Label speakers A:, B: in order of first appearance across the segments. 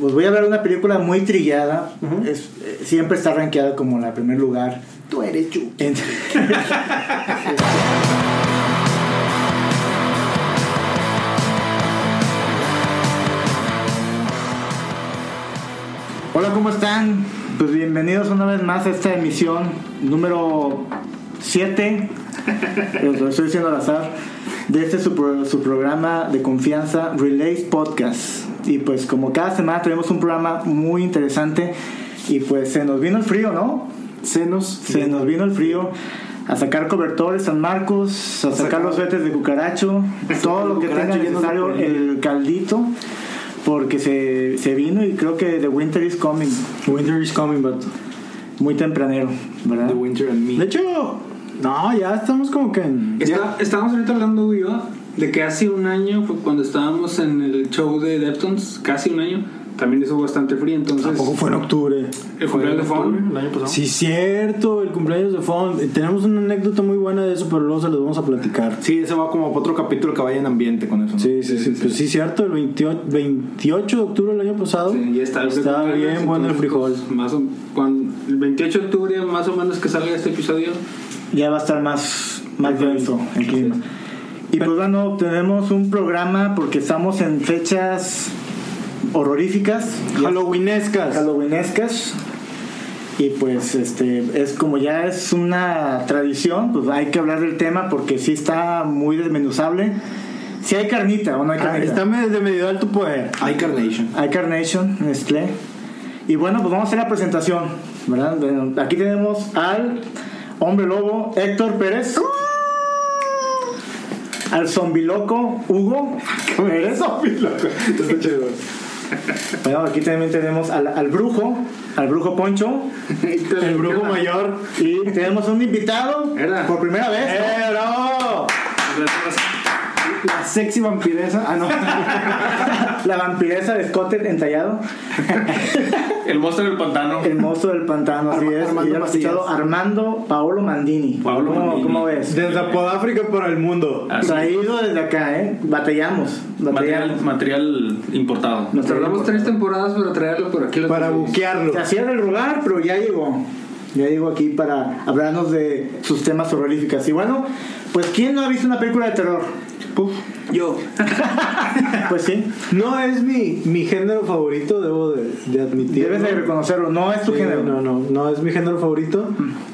A: Pues voy a hablar de una película muy trillada. Es- eh, siempre está rankeada como la primer lugar.
B: Tú eres chu.
A: En- Hola, ¿cómo están? Pues bienvenidos una vez más a esta emisión número 7. Lo estoy diciendo al azar. De este su, pro- su programa de confianza, Relays Podcast. Y pues como cada semana tenemos un programa muy interesante. Y pues se nos vino el frío, ¿no?
B: Senos.
A: Se nos vino el frío a sacar cobertores San Marcos, a sacar los vetes de cucaracho, todo lo que tenga
B: Cucaracho yéndose
A: necesario,
B: por ahí.
A: el caldito, porque se, se vino y creo que The Winter is Coming,
B: Winter is coming, but
A: muy tempranero, ¿verdad?
B: the winter and
C: De
B: me.
C: hecho, no, ya estamos como que en.
D: Está- estábamos ahorita hablando, güey, yo, de que hace un año, fue cuando estábamos en el show de Deptons, casi un año, también hizo bastante frío, entonces...
C: Tampoco fue en octubre.
D: El cumpleaños de Fon.
B: el año pasado.
C: Sí, cierto, el cumpleaños de Fon. Tenemos una anécdota muy buena de eso, pero luego se los vamos a platicar.
B: Sí, ese va como para otro capítulo que vaya en ambiente con eso. ¿no?
C: Sí, sí, sí. Pues sí, cierto, el 28, 28 de octubre del año pasado.
D: Sí, ya está.
C: Estaba bien bueno el frijol.
D: Entonces, Más o- cuando- el 28 de octubre, más o menos que salga este episodio.
A: Ya va a estar más, más denso el clima. Y pues bueno, tenemos un programa porque estamos en fechas horroríficas. Ya
C: Halloweenescas.
A: halloweenescas y pues este es como ya es una tradición pues hay que hablar del tema porque sí está muy desmenuzable si hay carnita o no hay
C: Ah,
A: carnita
C: Está desde medio alto poder.
B: Hay Carnation.
A: hay carnation Nestlé y bueno pues vamos a hacer la presentación verdad Bueno, aquí tenemos al hombre lobo Héctor Pérez al zombiloco Hugo Pérez
B: Está chido.
A: bueno aquí también tenemos al, al brujo al brujo Poncho
C: El brujo mayor.
A: Y tenemos un invitado
D: Era.
A: por primera vez. ¿no?
C: ¡Eh, bravo!
B: La sexy vampiresa. Ah, no.
A: La vampiresa de Scott entallado.
D: El monstruo del pantano.
A: El monstruo del pantano, así
B: Arma-
A: es.
B: Armando
A: y ya lo he
B: Macías.
A: escuchado Armando Paolo Mandini.
D: Paolo
A: ¿Cómo,
D: Mandini.
A: cómo ves?
C: Desde Podáfrica para el mundo.
D: Así.
A: Traído desde acá, ¿eh? Batallamos. Batallamos.
E: Ah, Material, material importado.
A: Nos
D: Tardamos
A: tardamos
D: tres temporadas para traerlo por aquí. lo
C: Para
D: tuvimos.
C: buquearlo.
A: Se hacía del lugar, pero ya llegó. Ya llegó aquí para hablarnos de sus temas horroríficos. Y bueno, pues ¿quién no ha visto una película de terror? Puf.
D: Yo.
A: Pues sí.
C: No es mi, mi género favorito, debo de, de admitir.
A: Debes de reconocerlo. No es tu
C: Sí,
A: género. Mm.
C: No, no, no es mi género favorito.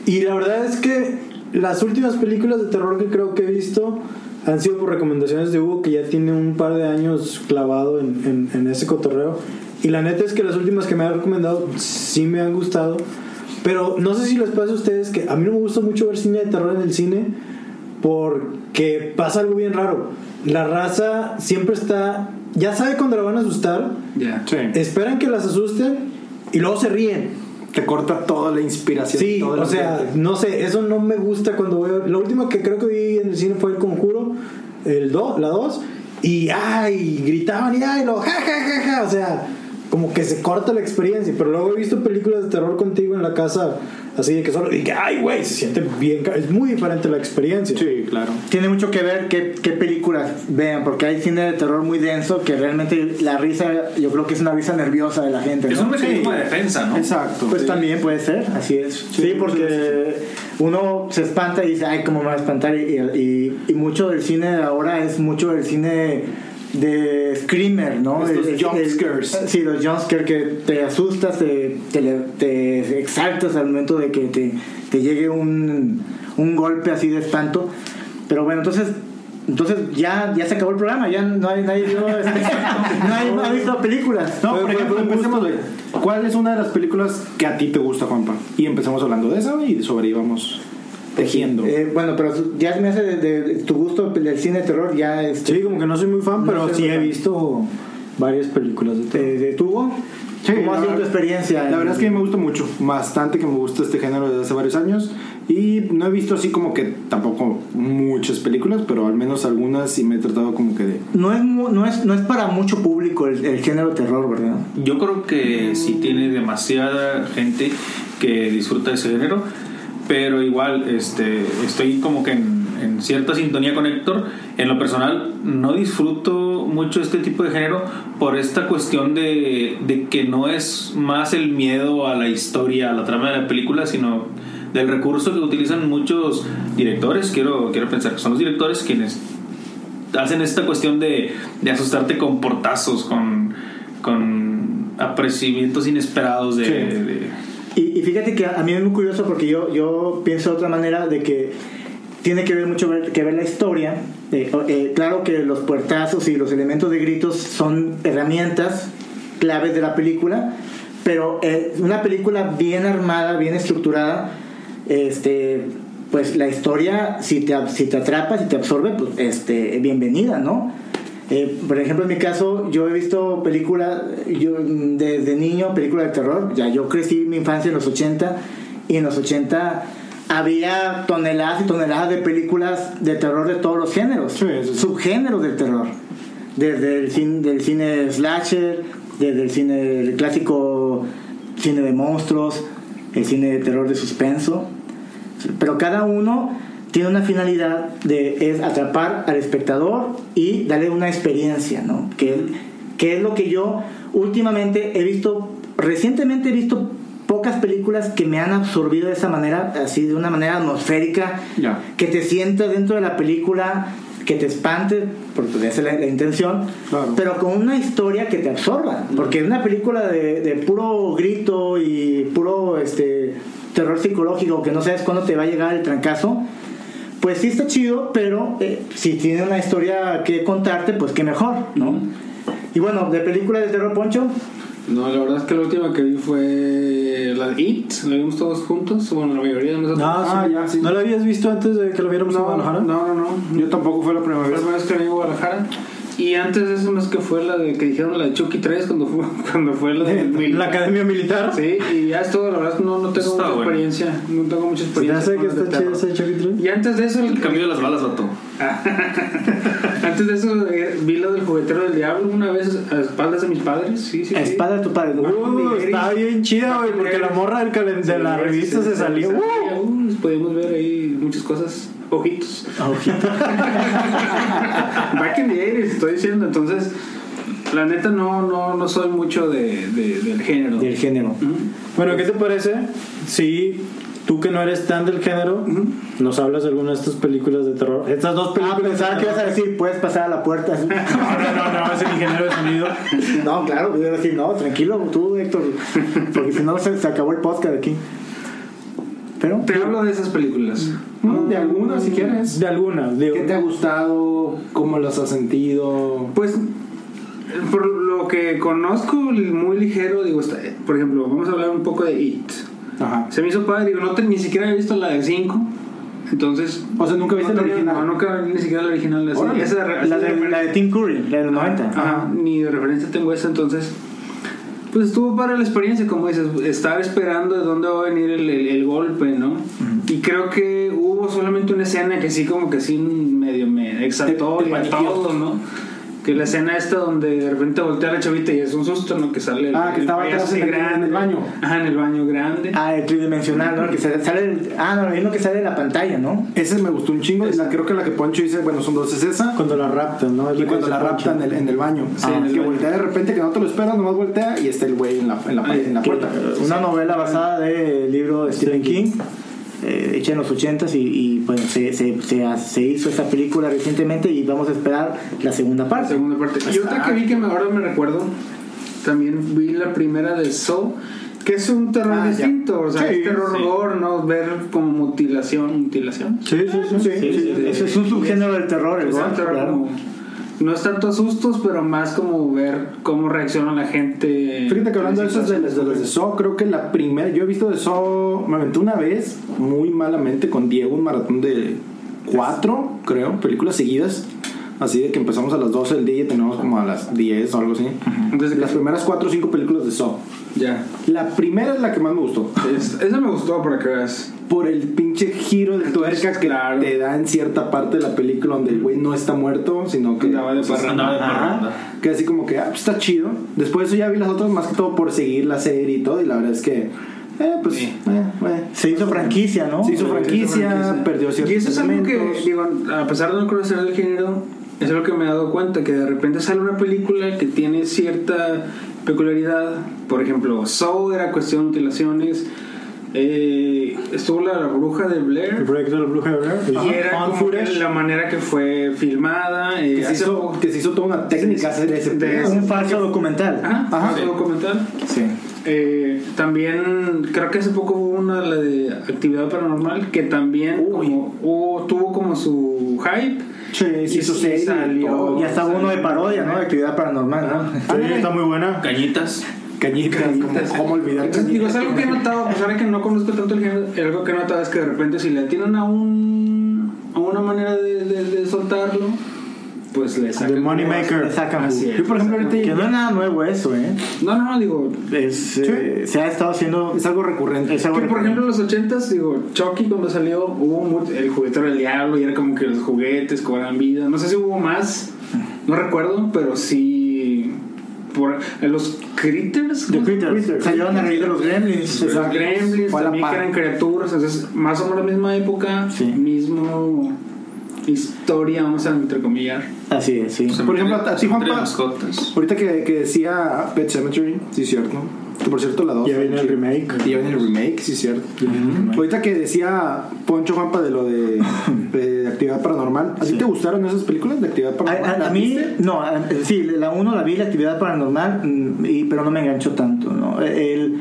C: Y la verdad es que las últimas películas de terror que creo que he visto han sido por recomendaciones de Hugo, que ya tiene un par de años clavado en, en- en ese cotorreo. Y la neta es que las últimas que me ha recomendado sí me han gustado. Pero no sé si les pasa a ustedes que a mí no me gusta mucho ver cine de terror en el cine porque pasa algo bien raro. La raza siempre está, ya sabe cuando la van a asustar,
D: Ya.
B: Sí.
C: esperan que las asusten y luego se ríen.
B: Te corta toda la inspiración.
C: Sí,
B: todo el
C: o sea,
B: ambiente.
C: no sé, eso no me gusta cuando voy a ver. La última que creo que vi en el cine fue El Conjuro, el do, la 2, y ay, gritaban y ay, lo ja, ja, ja, ja, o sea, como que se corta la experiencia. Pero luego he visto películas de terror contigo en la casa, así de que solo, y que ay, güey, se siente bien, ca- es muy diferente la experiencia.
B: Sí, claro.
A: Tiene mucho que ver qué, qué películas vean, porque hay cine de terror muy denso que realmente la risa, yo creo que es una risa nerviosa de la gente.
E: Es
A: ¿no?
E: un mecanismo de defensa, ¿no?
B: Exacto.
A: Pues también puede ser, así es. Sí, porque uno se espanta y dice, ay, ¿cómo me va a espantar? Y, y- y mucho del cine de ahora es mucho del cine de screamer, ¿no?
B: Estos
A: El- el-
B: jump
A: el-
B: scares.
A: sí, los jumpscares que te asustas, te, te, le- te exaltas al momento de que te, te llegue un, un golpe así de espanto. Pero bueno, entonces... Entonces ya, ya se acabó el programa, ya no hay nadie vio, este, no hay, no ha visto películas.
B: No, por
C: Pero,
B: ejemplo,
C: pero,
B: empecemos, güey. ¿Cuál es una de las películas que a ti te gusta, Juanpa? Y empezamos hablando de esa güey, y sobre ahí vamos tejiendo.
A: Eh, bueno, pero su- ya se me hace de, de- de tu gusto del cine de terror, ya este,
C: Sí, como que no soy muy fan,
A: No
C: pero
A: soy
C: sí
A: muy
C: he
A: fan.
C: visto varias películas de terror.
A: te detuvo.
B: Sí,
A: ¿Cómo
B: la
A: ha sido tu
B: verdad-
A: experiencia?
B: La verdad es que me gusta mucho, bastante que me gusta este género desde hace varios años y no he visto así como que tampoco muchas películas, pero al menos algunas y me he tratado como que de...
A: no es, mu- no es, no es para mucho público el, el género de terror, ¿verdad?
E: Yo creo que sí tiene demasiada gente que disfruta de ese género, pero igual este, estoy como que en, en cierta sintonía con Héctor. En lo personal, no disfruto mucho este tipo de género por esta cuestión de, de que no es más el miedo a la historia, a la trama de la película, sino del recurso que utilizan muchos directores. Quiero, quiero pensar que son los directores quienes hacen esta cuestión de, de asustarte con portazos, con, con aparecimientos inesperados de-
B: Sí.
E: de
A: Y, y fíjate que a, a mí es muy curioso porque yo, yo pienso de otra manera de que tiene que ver mucho ver- que ver la historia. Eh, o- eh, claro que los puertazos y los elementos de gritos son herramientas claves de la película, pero eh, una película bien armada, bien estructurada, este, pues la historia, si te, ab- si te atrapa, si te absorbe, pues este, bienvenida, ¿no? Eh, por ejemplo, en mi caso, yo he visto películas, yo mm, desde niño, películas de terror. Ya yo crecí mi infancia en los 80 y en los 80 había toneladas y toneladas de películas de terror de todos los géneros,
B: Sí, sí, sí.
A: subgéneros del terror. Desde el cine, del cine slasher, desde el cine, el clásico cine de monstruos, el cine de terror de suspenso. Pero cada uno tiene una finalidad de es atrapar al espectador y darle una experiencia, ¿no? Que, que es lo que yo últimamente he visto, recientemente he visto pocas películas que me han absorbido de esa manera, así de una manera atmosférica,
B: Ya.
A: que te sientas dentro de la película, que te espantes, porque esa es la, la intención,
B: Claro.
A: pero con una historia que te absorba, porque es una película de, de puro grito y puro este terror psicológico que no sabes cuándo te va a llegar el trancazo. Pues sí está chido, pero eh, si tiene una historia que contarte, pues qué mejor, ¿no? Y bueno, de películas de terror, Poncho,
D: No, la verdad es que la última que vi fue la de It, la vimos todos juntos, bueno, la mayoría de nosotros.
C: No,
B: Ah,
C: sí.
B: ya, sí.
C: ¿No lo habías visto antes de que lo viéramos en
B: No,
C: Guadalajara?
B: no, no, no. Yo tampoco fue la primera
D: Fue la
B: vez.
D: primera vez que la vi en Guadalajara. Y antes de eso, más que fue la de que dijeron la de Chucky 3 cuando fue, cuando fue la de
C: La Academia Militar.
D: Sí, y ya es todo, la verdad no, no tengo
E: Está
D: mucha
E: bueno.
D: experiencia, no tengo mucha
C: ¿Se te
D: experiencia.
C: hace
D: con
C: Pues que
D: las de
C: está chido
D: terror.
C: ese chapitre?
D: Y antes de eso, el
E: El cambio de las balas, vato.
D: Antes de eso eh, vi lo del juguetero del diablo una vez a espaldas de mis padres, sí, Ah, sí.
A: a
D: sí.
A: espada de tu padre. ¿no?
C: Uh, estaba bien chida, güey, porque la morra del calen- de la revista se salió. Uh.
D: Uh, podemos ver ahí muchas cosas, ojitos.
C: Ah,
D: Back in the 80s, estoy diciendo, entonces la neta no no no soy mucho de, de- del género.
A: Del género.
D: Ujú.
C: Bueno, ¿qué te parece si tú que no eres tan del género nos hablas de alguna de estas películas de terror? Estas dos
A: Ah,
C: películas.
A: pensaba que ibas a decir, puedes pasar a la puerta.
C: No, no, no, no, es el ingeniero de sonido.
A: No, claro, yo iba a decir, no, tranquilo tú, Héctor, porque si no se, se acabó el podcast aquí. Pero,
D: Te hablo de esas películas.
B: Mm, De alguna, si quieres.
C: De alguna, digo.
B: ¿Qué te ha gustado? ¿Cómo las has sentido?
D: Pues por lo que conozco muy ligero, digo, está- por ejemplo, vamos a hablar un poco de It.
B: Ajá.
D: Se me hizo padre, digo, no te- ni siquiera he visto la de 5. Entonces,
B: O sea, nunca viste
D: no
B: la
D: tenía-
B: original.
D: No, nunca vi ni siquiera la original. La,
B: Órale.
D: esa de,
A: la, de, la de Tim Curry, la de los 90.
D: Ajá, ni de referencia tengo esa, entonces. Pues estuvo para la experiencia, como dices, estar esperando de dónde va a venir el, el- el golpe, ¿no? Y creo que hubo solamente una escena que sí, como que sí, medio me exaltó
B: Te- te
D: y a
B: paniqueó.
D: todos, ¿no? Que la escena esta donde de repente voltea la chavita y es un susto, ¿no? Que sale el,
B: Ah, que
D: el
B: estaba
D: payaso
B: atrás en
D: así
B: el- en el baño.
D: Ajá, en el baño grande.
A: Ah, el tridimensional, ¿no? El que sale, sale el- ah, no, es lo que sale de la pantalla, ¿no?
B: Esa me gustó un chingo. La, creo que la que Poncho dice, bueno, son dos, es esa.
C: Cuando la raptan, ¿no? Es
B: Ah, Y
C: lo que
B: cuando
C: dice
B: la
C: Poncho.
B: raptan en el, en el baño. Ah,
D: Sí, en el
B: que
D: baño.
B: voltea de repente, que no te lo esperas, nomás voltea y está el güey en la, en la,
D: Ay,
B: en la
A: Que-
B: puerta.
A: una novela basada del libro de Stephen King, eh, hecha en los 80s y, y bueno, se, se, se, se hizo esta película recientemente y vamos a esperar la segunda
D: La
A: parte.
D: segunda parte. Y otra que vi que me- ahora me recuerdo, también vi la primera de Saw, que es un terror
B: Ah, ya.
D: distinto, o sea,
B: Sí,
D: es terror
E: sí.
D: gore, ¿no? Ver como mutilación, mutilación.
C: Sí, sí, sí.
A: Sí, sí,
D: sí.
A: eso es un subgénero del terror, el
D: O sea,
A: gore,
D: terror
A: claro.
D: como- no es tanto asustos, pero más como ver cómo reacciona la gente.
B: Fíjate que hablando de esas de las de, las de Saw, creo que la primera, yo he visto de Saw, me aventé una vez, muy malamente, con Diego, un maratón de cuatro, creo, películas seguidas. Así de que empezamos a las 12 del día y terminamos como a las 10 o algo así.
D: Entonces,
B: Las primeras cuatro o cinco películas de Saw.
D: Ya.
B: La primera es la que más me gustó.
D: Es- esa me gustó para que veas.
B: Por el pinche giro de tuerca que
D: Claro.
B: te da en cierta parte de la película donde el güey no está muerto, sino que...
D: Andaba de parranda.
E: Andaba de
B: Ajá.
E: parranda.
B: Que así como que, ah, pues, está chido. Después de eso ya vi las otras más que todo por seguir la serie y todo. Y la verdad es que, eh, pues,
D: Sí.
B: eh, eh.
A: Se hizo franquicia, ¿no?
B: Se hizo
D: Hizo
B: franquicia, perdió ciertos
D: Y eso es algo que,
B: elementos.
D: digo, a pesar de no conocer el género, es lo que me he dado cuenta, que de repente sale una película que tiene cierta peculiaridad. Por ejemplo, Saw era cuestión de mutilaciones. eh, estuvo la, la bruja de
C: El
D: Blair.
C: proyecto del Blue Heaven.
D: Y era como que la manera que fue filmada. eh,
B: Que se,
D: hace
B: hizo,
D: poco-
B: que se hizo toda una técnica hacer ese
D: De-
B: pedo.
A: un falso documental.
D: Ajá,
B: Ajá.
D: ¿puedo comentar?
B: Sí.
D: Eh, también creo que hace poco hubo una la de actividad paranormal que también como- hubo- tuvo como su hype.
A: Sí,
D: Y- y salió-
A: y hasta
D: salió-
A: uno de parodia, ¿no? De actividad paranormal, ¿no?
B: Ándale.
C: está muy buena.
E: Cañitas.
B: Cañitas, como, ¿cómo olvidar
D: Entonces, digo, es
B: cañitas?
D: algo que he notado, a pesar de que no conozco tanto el género, es algo que he notado es que de repente si le atienden a un a una manera de, de- de soltarlo, pues le sacan.
C: The Moneymaker.
A: Le sacan
D: Así es.
A: Yo, por ejemplo, ahorita.
D: Exacto.
A: Que no es nada nuevo eso, ¿eh?
D: No, no, no, digo.
A: Es, eh, Se ha estado haciendo.
B: Es algo recurrente.
A: Es algo
D: Que por
A: recurrente.
D: ejemplo en los 80s, digo, Chucky cuando salió hubo mu- el juguetero del diablo y era como que los juguetes cobran vida. No sé si hubo más, no recuerdo, pero sí. Por, eh, los critters,
A: The
D: ¿cómo se llama?
A: Critters. Salieron a reír de los Gremlins.
D: Los gremlins
B: Fue a la
D: también que
B: par.
D: eran criaturas, entonces más o menos la misma época,
A: Sí.
D: mismo historia, vamos a entrecomillar.
A: Así es, sí.
B: Por ejemplo, a ti, Juanpa.
E: mascotas.
B: Ahorita que, que decía Pet Cemetery, sí, cierto. Que por cierto, la 2.
C: Ya viene el remake.
B: Ya viene el remake, sí, cierto. Ahorita que decía Poncho Juanpa de lo de, de actividad paranormal, ¿a ti te gustaron esas películas de actividad
A: A,
B: paranormal?
A: a- a
B: ¿Las
A: mí,
B: viste?
A: no, a- sí, la uno la vi, la actividad paranormal, mm, y- pero no me enganchó tanto, ¿no? El-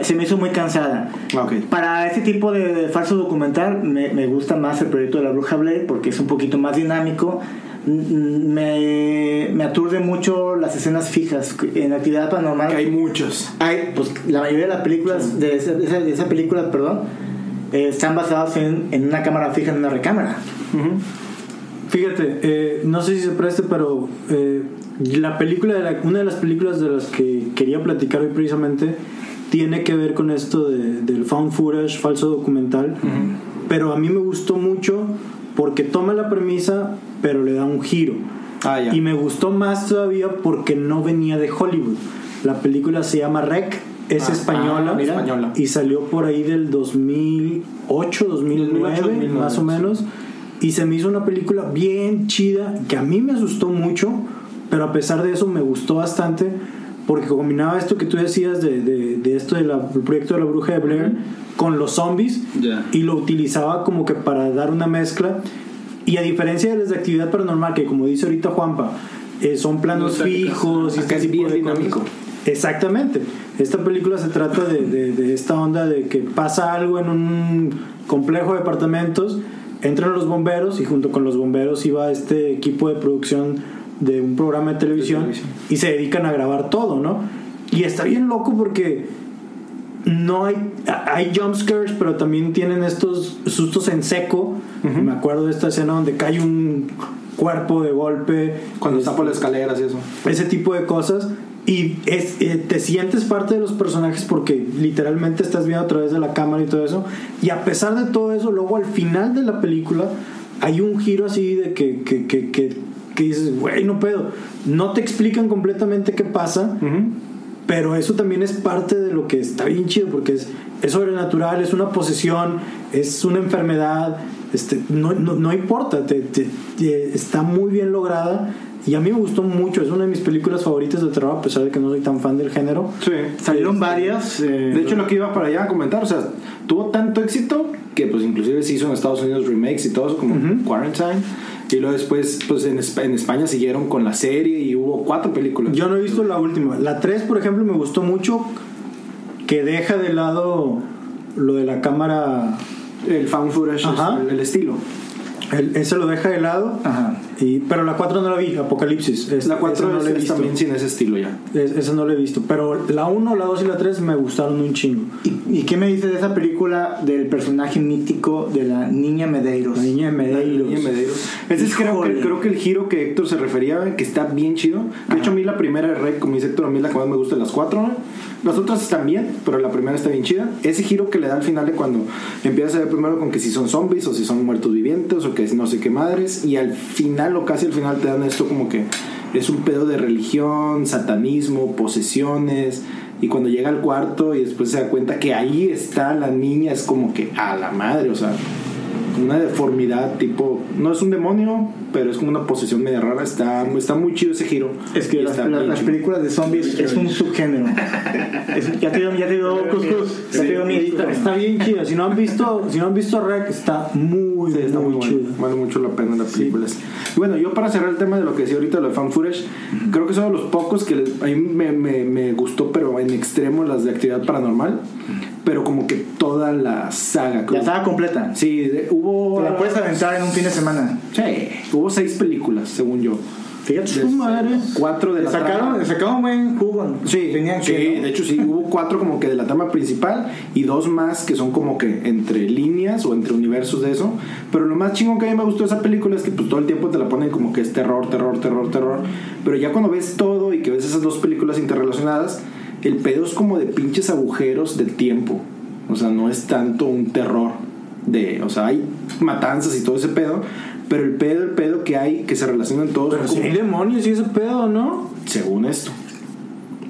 A: se me hizo muy cansada.
B: Ah, ok.
A: Para este tipo de, de falso documental me, me gusta más el proyecto de la Bruja Blade porque es un poquito más dinámico. Mm, Me, me aturde mucho las escenas fijas. En actividad paranormal
B: Que hay muchos.
A: hay, pues, la mayoría de las películas de esa, de esa- de esa película, perdón, eh, están basadas en, en una cámara fija, en una recámara.
C: Fíjate, eh, no sé si se preste, pero eh, la película de la- una de las películas de las que quería platicar hoy precisamente tiene que ver con esto de- del found footage, falso documental. Pero a mí me gustó mucho porque toma la premisa, pero le da un giro.
B: Ah, ya.
C: Y me gustó más todavía porque no venía de Hollywood. La película se llama Rec, es
B: Ah,
C: española,
B: ah, mira. Española.
C: y salió por ahí del 2008, 2009,
B: 2008,
C: más o menos. Y se me hizo una película bien chida que a mí me asustó mucho, pero a pesar de eso me gustó bastante porque combinaba esto que tú decías de, de- de esto del proyecto de la bruja de Blair con los zombies
D: Ya.
C: y lo utilizaba como que para dar una mezcla. Y a diferencia de las de actividad paranormal, que como dice ahorita Juanpa, eh, son planos
D: Estáticas.
C: fijos y
B: Acá
C: este
B: es
C: tipo
B: bien
C: de cosas.
B: dinámico.
C: Exactamente. Esta película se trata de, de- de esta onda de que pasa algo en un complejo de apartamentos, entran los bomberos y junto con los bomberos iba este equipo de producción de un programa de televisión,
B: televisión.
C: y se dedican a grabar todo, ¿no? Y está bien loco porque no hay hay jump scares, pero también tienen estos sustos en seco. Me acuerdo de esta escena donde cae un cuerpo de golpe
B: Cuando está por las escaleras y eso.
C: ese tipo de cosas y es- eh, te sientes parte de los personajes porque literalmente estás viendo a través de la cámara y todo eso y a pesar de todo eso luego al final de la película hay un giro así de que que, que, que- que dices güey no pedo no te explican completamente qué pasa pero eso también es parte de lo que está bien chido porque es, es sobrenatural, es una posesión, es una enfermedad, este, no, no, no importa, te- te- te- está muy bien lograda y a mí me gustó mucho, es una de mis películas favoritas de terror a pesar de que no soy tan fan del género.
B: Sí.
A: Salieron varias. eh,
B: De hecho, lo que iba para allá a comentar, o sea, tuvo tanto éxito que, pues, inclusive se hizo en Estados Unidos remakes y todo eso, como Quarantine. Y luego después, pues, en, Espa- en España siguieron con la serie y hubo cuatro películas.
C: Yo no he visto la última, la 3 por ejemplo me gustó mucho que deja de lado lo de la cámara,
B: El found footage,
C: Ajá.
B: el, el estilo.
C: el- ese lo deja de lado,
A: Ajá.
C: y, pero la 4 no la vi, Apocalipsis, es-
B: La
C: esa
B: cuatro
C: no la he
B: es, es
C: visto.
B: también sin ese estilo ya.
C: Es- esa no la he visto. Pero la 1, la 2 y la 3 me gustaron un chingo.
A: ¿Y, y qué me dice de esa película del personaje mítico de la niña Medeiros?
C: La niña de Medeiros.
B: Niña Medeiros. Ese es creo que,
A: Híjole.
B: creo que el giro que Héctor se refería, que está bien chido. De hecho, a mí la primera de Rec, como dice Héctor, a mí es la que más me gusta de las cuatro. ¿no? Las otras están bien, pero la primera está bien chida. Ese giro que le da al final de cuando empiezas a ver primero con que si son zombies o si son muertos vivientes o que no sé qué madres. Y al final o casi al final te dan esto como que es un pedo de religión, satanismo, posesiones. Y cuando llega al cuarto y después se da cuenta que ahí está la niña, es como que a la madre, o sea, como una deformidad tipo, no es un demonio, pero es como una posesión media rara, está, está muy chido ese giro.
A: Es que
B: Y
A: las,
B: está
A: las-
B: bien
A: las
B: chido.
A: películas de zombies es un subgénero. Es- ya te dio, ya te dio Cuscus, ya te dio mi-
C: Está, está bien chido. Si no han visto, si no han visto Rec, está muy,
B: Sí, está muy,
C: muy,
B: bueno.
C: chido.
B: Vale mucho la pena las películas. Y bueno, yo para cerrar el tema de lo que decía ahorita de la fan footage, creo que son de los pocos que les- a mí me, me- me gustó, pero en extremo las de actividad paranormal. Pero como que toda la saga.
A: Ya
B: creo.
A: estaba completa.
B: Sí, de- hubo.
A: Te la puedes aventar en un fin de semana.
B: Sí, hubo seis películas, según yo.
A: Fíjate,
B: De- Cuatro de
A: Le
B: la
A: sacaron,
B: trama.
A: le sacaron buen jugo.
B: Sí,
A: tenían
B: sí,
A: que. ¿no?
B: de hecho sí, hubo cuatro como que de la trama principal y dos más que son como que entre líneas o entre universos de eso. Pero lo más chingón que a mí me gustó de esa película es que pues todo el tiempo te la ponen como que es terror, terror, terror, terror. Pero ya cuando ves todo y que ves esas dos películas interrelacionadas, el pedo es como de pinches agujeros del tiempo. O sea, no es tanto un terror de, o sea, hay matanzas y todo ese pedo, pero el pedo, el pedo que hay que se relacionan todos
C: Pero si
B: como-
C: hay demonios y ese pedo, ¿no?
B: según esto.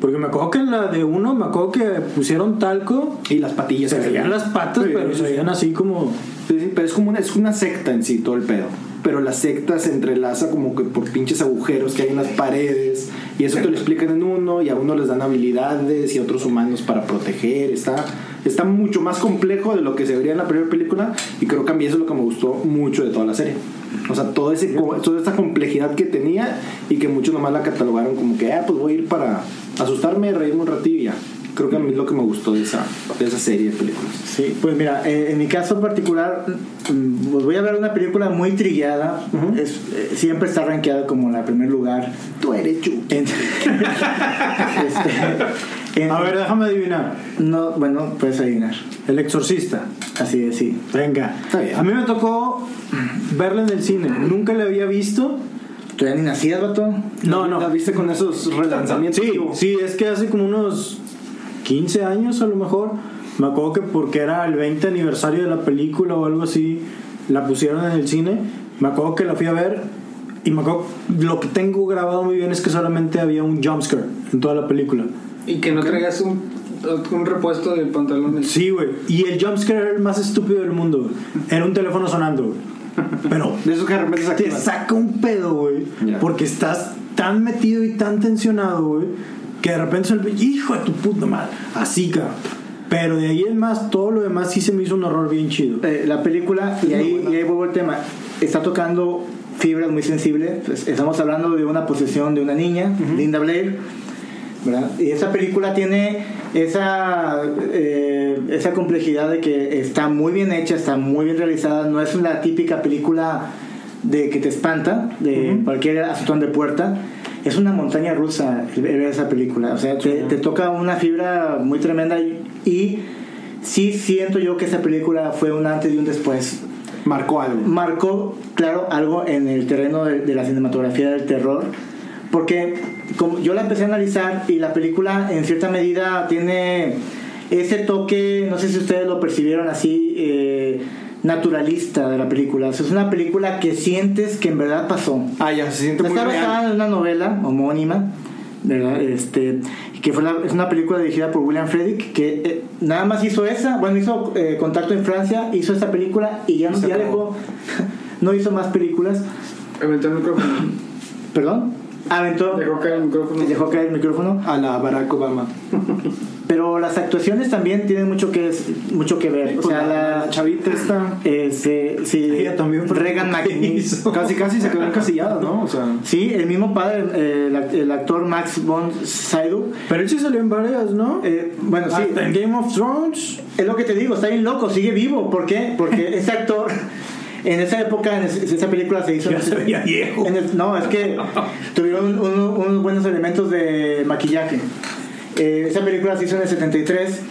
C: Porque me acuerdo que en la de uno, me acuerdo que pusieron talco,
B: Y las patillas
C: se
B: que se
C: veían
B: ven.
C: las patas,
B: Sí,
C: pero
B: sí,
C: se veían así como.
B: Sí, sí, pero es como una, es una secta en sí todo el pedo. Pero la secta se entrelaza como que por pinches agujeros que hay en las paredes. Y eso te lo explican en uno y a uno les dan habilidades y a otros humanos para proteger. Está, está mucho más complejo de lo que se vería en la primera película. Y creo que a mí eso es lo que me gustó mucho de toda la serie. O sea, todo ese, co- toda esta complejidad que tenía y que muchos nomás la catalogaron como que, ah, pues voy a ir para asustarme, reírme un ratillo y ya. Creo que a mí es lo que me gustó de esa, de esa serie de películas.
A: Sí, pues mira, eh, en mi caso particular, mm, pues voy a ver una película muy trillada.
B: Ujú.
A: Es, eh, siempre está rankeada como la primer lugar.
B: Tú eres yo.
A: En- este, en-
C: A ver, déjame adivinar.
A: No, bueno, puedes adivinar.
C: El exorcista.
A: Así es, sí.
C: Venga.
B: Está bien.
C: A mí me tocó verla en el cine. Nunca la había visto.
A: ¿Tú ya ni nacías, vato?
C: No,
B: ¿La
C: no.
B: viste con esos relanzamientos?
C: Sí,
B: que hubo?
C: sí, es que hace como unos 15 años a lo mejor. Me acuerdo que porque era el 20 aniversario de la película o algo así, la pusieron en el cine. Me acuerdo que la fui a ver y me acuerdo, lo que tengo grabado muy bien es que solamente había un jumpscare en toda la película.
D: Y que no traigas un, un repuesto de pantalones.
C: Sí, güey. Y el jumpscare era el más estúpido del mundo. güey. Era un teléfono sonando, güey. Pero
B: De esos que de repente se
C: te
B: activan.
C: saca un pedo, güey.
B: Ya.
C: Porque estás tan metido y tan tensionado, güey. Que de repente se le- hijo de tu puta madre. Así, cabrón. Pero de ahí en más, todo lo demás sí se me hizo un horror bien chido.
A: Eh, la película, y ahí, y ahí vuelvo al tema, está tocando fibras muy sensibles. Pues, estamos hablando de una posesión de una niña, Linda Blair. ¿verdad? Y esa película tiene esa, eh, esa complejidad de que está muy bien hecha, está muy bien realizada, no es la típica película de que te espanta, de cualquier azotón de puerta. Es una montaña rusa el ver esa película, o sea, te, te toca una fibra muy tremenda y, y sí siento yo que esa película fue un antes y un después.
B: Marcó algo.
A: Marcó, claro, algo en el terreno de, de la cinematografía del terror, porque como yo la empecé a analizar y la película en cierta medida tiene ese toque, no sé si ustedes lo percibieron así, eh, naturalista de la película. O sea, es una película que sientes que en verdad pasó.
B: Ah, ya, se siente muy
A: Está basada
B: real.
A: en una novela homónima, ¿verdad? Este, que fue la- es una película dirigida por William Fredrick, que eh, nada más hizo esa, bueno, hizo eh, Contacto en Francia, hizo esta película y ya,
B: Y se
A: ya
B: acabó.
A: dejó, no hizo más películas,
D: Aventó el micrófono.
A: perdón, aventó,
D: Dejó caer el micrófono.
A: dejó caer el micrófono,
B: A la Barack Obama.
A: pero las actuaciones también tienen mucho que, mucho que ver. O
B: Con
A: sea, la,
B: Pues la chavita esta.
A: eh, se- sí,
C: Ella también fue-
A: Regan McNeese.
B: Casi, casi se quedó encasillada, ¿no? O sea.
A: Sí, el mismo padre, eh, el, act- el actor Max von Sydow.
C: Pero él sí salió en varias, ¿no?
A: eh, bueno, sí,
C: Hasta en Game of Thrones.
A: Es lo que te digo, está bien loco, sigue vivo. ¿Por qué? Porque ese actor, en esa época, en es- esa película se hizo.
C: Ya se veía viejo.
A: en el- no, es que tuvieron un- un- unos buenos elementos de maquillaje. Eh, esa película se hizo en el 73.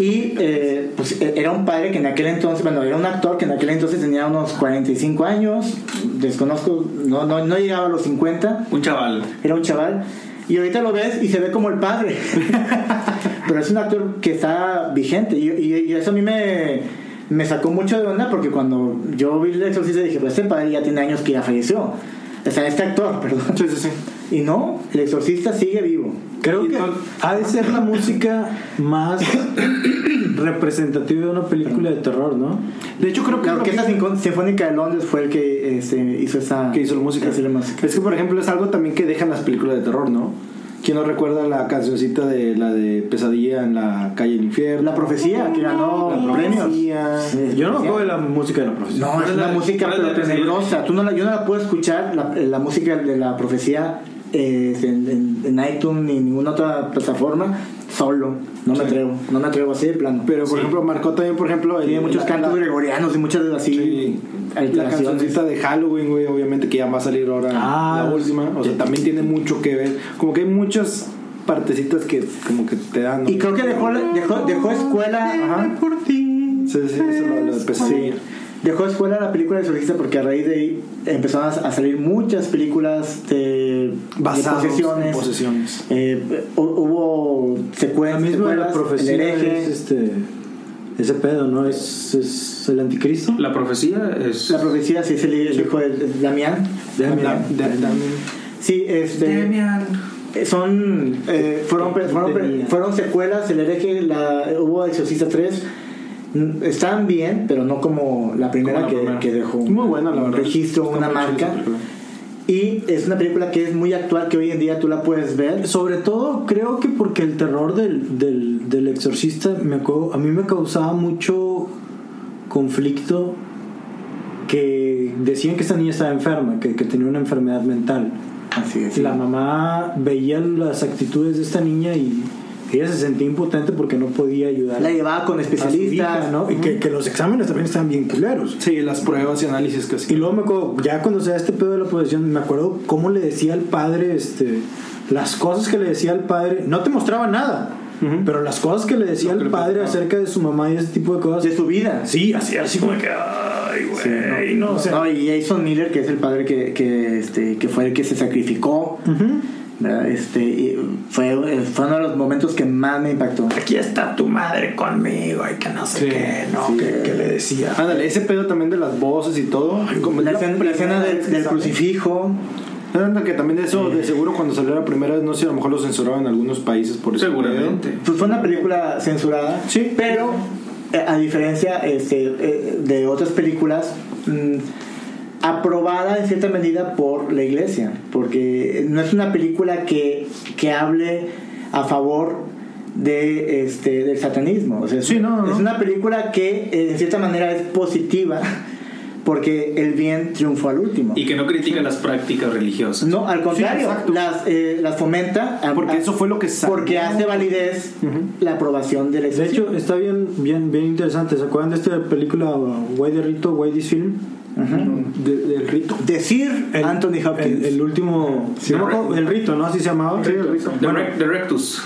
A: Y eh, pues, e- era un padre que en aquel entonces, bueno, era un actor que en aquel entonces tenía unos 45 años, desconozco, no, no, no llegaba a los 50
E: Un chaval.
A: era un chaval y ahorita lo ves y se ve como el padre pero es un actor que está vigente y, y- y eso a mí me me sacó mucho de onda porque cuando yo vi el exorcista dije pues este padre ya tiene años que ya falleció o sea este actor perdón
B: Sí, sí, sí.
A: y no el exorcista sigue vivo
C: Creo
B: Y
C: que
B: entonces-
C: ha de ser la música más representativo de una película de terror, ¿no?
B: De hecho, creo que
A: La
B: es lo
A: Orquesta
B: que-
A: Sincon- Sinfónica de Londres fue el que este, hizo esa.
B: que hizo la música.
A: hizo la música.
B: Es que, por ejemplo, es algo también que dejan las películas de terror, ¿no? ¿Quién no recuerda la cancioncita de la de Pesadilla en la calle del infierno?
A: La profecía, que ganó
B: La
A: premios.
B: Profecía.
A: Sí.
C: Yo no me acuerdo de la música de la profesión.
A: No,
E: ¿Cuál
A: es
E: es
A: una
E: la-
A: música
E: cuál es
A: pero
E: la de-
A: tenebrosa. Tú no la, yo no la puedo escuchar, la, la música de la profecía eh, en, en- en iTunes ni en ninguna otra plataforma solo. No me atrevo, no me atrevo así de plano.
B: Pero, por ejemplo, marcó también, por ejemplo, el-
A: Tiene muchos
B: la-
A: cantos
B: la-
A: gregorianos y muchas así
B: Sí. La
A: alteraciones.
B: cancioncita de Halloween, güey, obviamente que ya va a salir ahora
C: Ah,
B: la última. O sea, también tiene mucho que ver. Como que hay muchas partecitas que como que te dan. ¿no?
A: Y creo que dejó, dejó, dejó escuela. ajá.
B: Sí, sí, eso lo, lo
A: Pues Sí.
B: de pesadilla.
A: Dejó escuela la película de solista porque a raíz de ahí empezaron a a salir muchas películas de,
B: Basados
A: de
B: en
A: posesiones.
B: posesiones.
A: Eh, hu- hubo secuen-
C: La
A: secuelas,
C: misma de la profecía
A: el hereje.
C: es este, ese pedo, ¿no? Es, es el anticristo.
E: La profecía es.
A: La profecía, sí, es el, el hijo de de Damián.
B: Da- da- da-
A: Sí, este. eh, Son. eh, fueron, pe- fueron, pe-
C: Tenía.
A: fueron secuelas, el hereje, la, hubo Exorcista 3. Mm, Están bien, pero no como la primera,
E: Como la
A: que,
E: primera.
A: que dejó.
B: Muy buena, la
A: un
B: verdad.
A: registro,
B: Está
A: una
B: muy chida esa
A: marca.
B: película.
A: Y es una película que es muy actual, que hoy en día tú la puedes ver.
C: Sobre todo creo que porque el terror del, del, del exorcista me, acuerdo- a mí me causaba mucho conflicto que decían que esta niña estaba enferma, que, que tenía una enfermedad mental.
A: Así es.
C: La mamá veía las actitudes de esta niña y ella se sentía impotente porque no podía ayudar.
A: La llevaba con
C: a su
A: especialistas.
C: hija, ¿no? Y que, que los exámenes también estaban bien culeros.
B: Sí, las pruebas y análisis que
C: Y
B: hacían.
C: luego me acuerdo, ya cuando se da este pedo de la posesión, me acuerdo cómo le decía al padre, este, las cosas que le decía al padre, no te mostraba nada,
B: Ujú.
C: pero las cosas que le decía
B: Lo que
C: al
B: le
C: padre
B: platicaba.
C: acerca de su mamá y ese tipo de cosas.
A: de su vida.
C: Sí, así, así como que, ay, güey, no, o sea,
A: No, y Jason Miller, que es el padre que, que, este, que fue el que se sacrificó,
C: ujú.
A: ¿verdad? este, y fue, eh, fue uno de los momentos que más me impactó.
C: Aquí está tu madre conmigo, ay, que no sé
B: Sí,
C: qué, no, que, que le decía.
B: Ándale, ese pedo también de las voces y todo. Como
A: La
B: es
A: escena, la escena
B: primera
A: del,
B: vez que
A: del
B: sale.
A: crucifijo,
B: Ándale, que también de eso, de seguro cuando salió la primera vez, no sé, a lo mejor lo censuraron en algunos países por eso.
E: Seguramente.
A: pues fue una película censurada,
B: Sí.
A: pero eh, a diferencia este, eh, de otras películas, mm, aprobada en cierta medida por la iglesia, porque no es una película que, que hable a favor de este del satanismo. O sea, es-
B: Sí, no, no.
A: Es una película que eh, en cierta manera es positiva porque el bien triunfó al último.
E: Y que no critica las prácticas religiosas.
A: no, al contrario,
B: exacto.
A: las, eh, las fomenta. a-
B: Porque
A: a-
B: eso fue lo que salió.
A: porque hace validez la aprobación del
C: De
A: exorcismo.
C: hecho, está bien, bien, bien interesante. ¿Se acuerdan de esta película, Guay de Rito, Guay This Film?
B: De- del rito.
A: decir
C: El-
A: Anthony Hopkins.
C: El, el último.
E: Sí,
C: no me acuerdo, el rito, ¿no? Así se llamaba.
E: The Rec- The Rectus.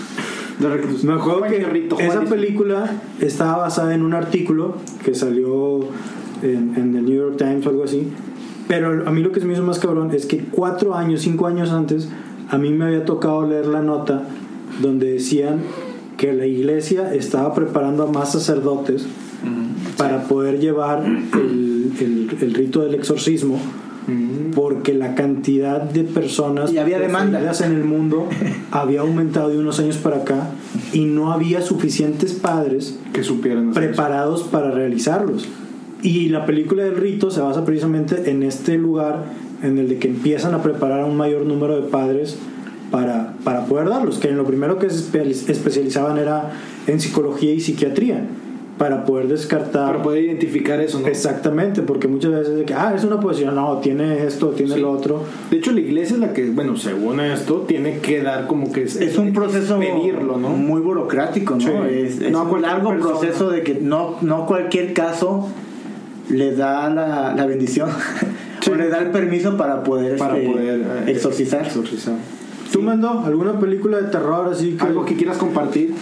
B: Del recluso.
C: Me acuerdo
B: Juan
C: que
B: de Rito, Juan
C: esa
B: de-
C: película estaba basada en un artículo que salió en, en el New York Times o algo así. Pero a mí lo que se me hizo más cabrón es que cuatro años, cinco años antes, a mí me había tocado leer la nota donde decían que la iglesia estaba preparando a más sacerdotes para poder llevar el, el- el rito del exorcismo.
B: Mm,
C: Porque la cantidad de personas
A: Y había demanda.
C: poseídas en el mundo había aumentado de unos años para acá y no había suficientes padres
B: Que supieran. hacer eso.
C: preparados para realizarlos. Y la película del rito se basa precisamente en este lugar en el de que empiezan a preparar a un mayor número de padres para, para poder darlos, que en lo primero que se espe- especializaban era en psicología y psiquiatría, para poder descartar...
B: Para poder identificar eso, ¿no?
C: Exactamente, porque muchas veces de que, ah, es una posesión, no, tiene esto, tiene
B: Sí.
C: lo otro.
B: De hecho, la iglesia es la que, bueno, según esto, tiene que dar como que. eh,
A: es un proceso
B: Pedirlo, ¿no?
A: muy burocrático, ¿no?
B: Sí.
A: Es, es
B: No a
A: un
B: cualquier
A: largo
B: persona.
A: proceso de que no, no cualquier caso le da la, la bendición o le da el permiso para poder,
B: para
A: este,
B: poder. eh,
A: exorcizar.
B: exorcizar.
C: ¿Tú, Mando, alguna película de terror así que...
B: Algo que quieras compartir.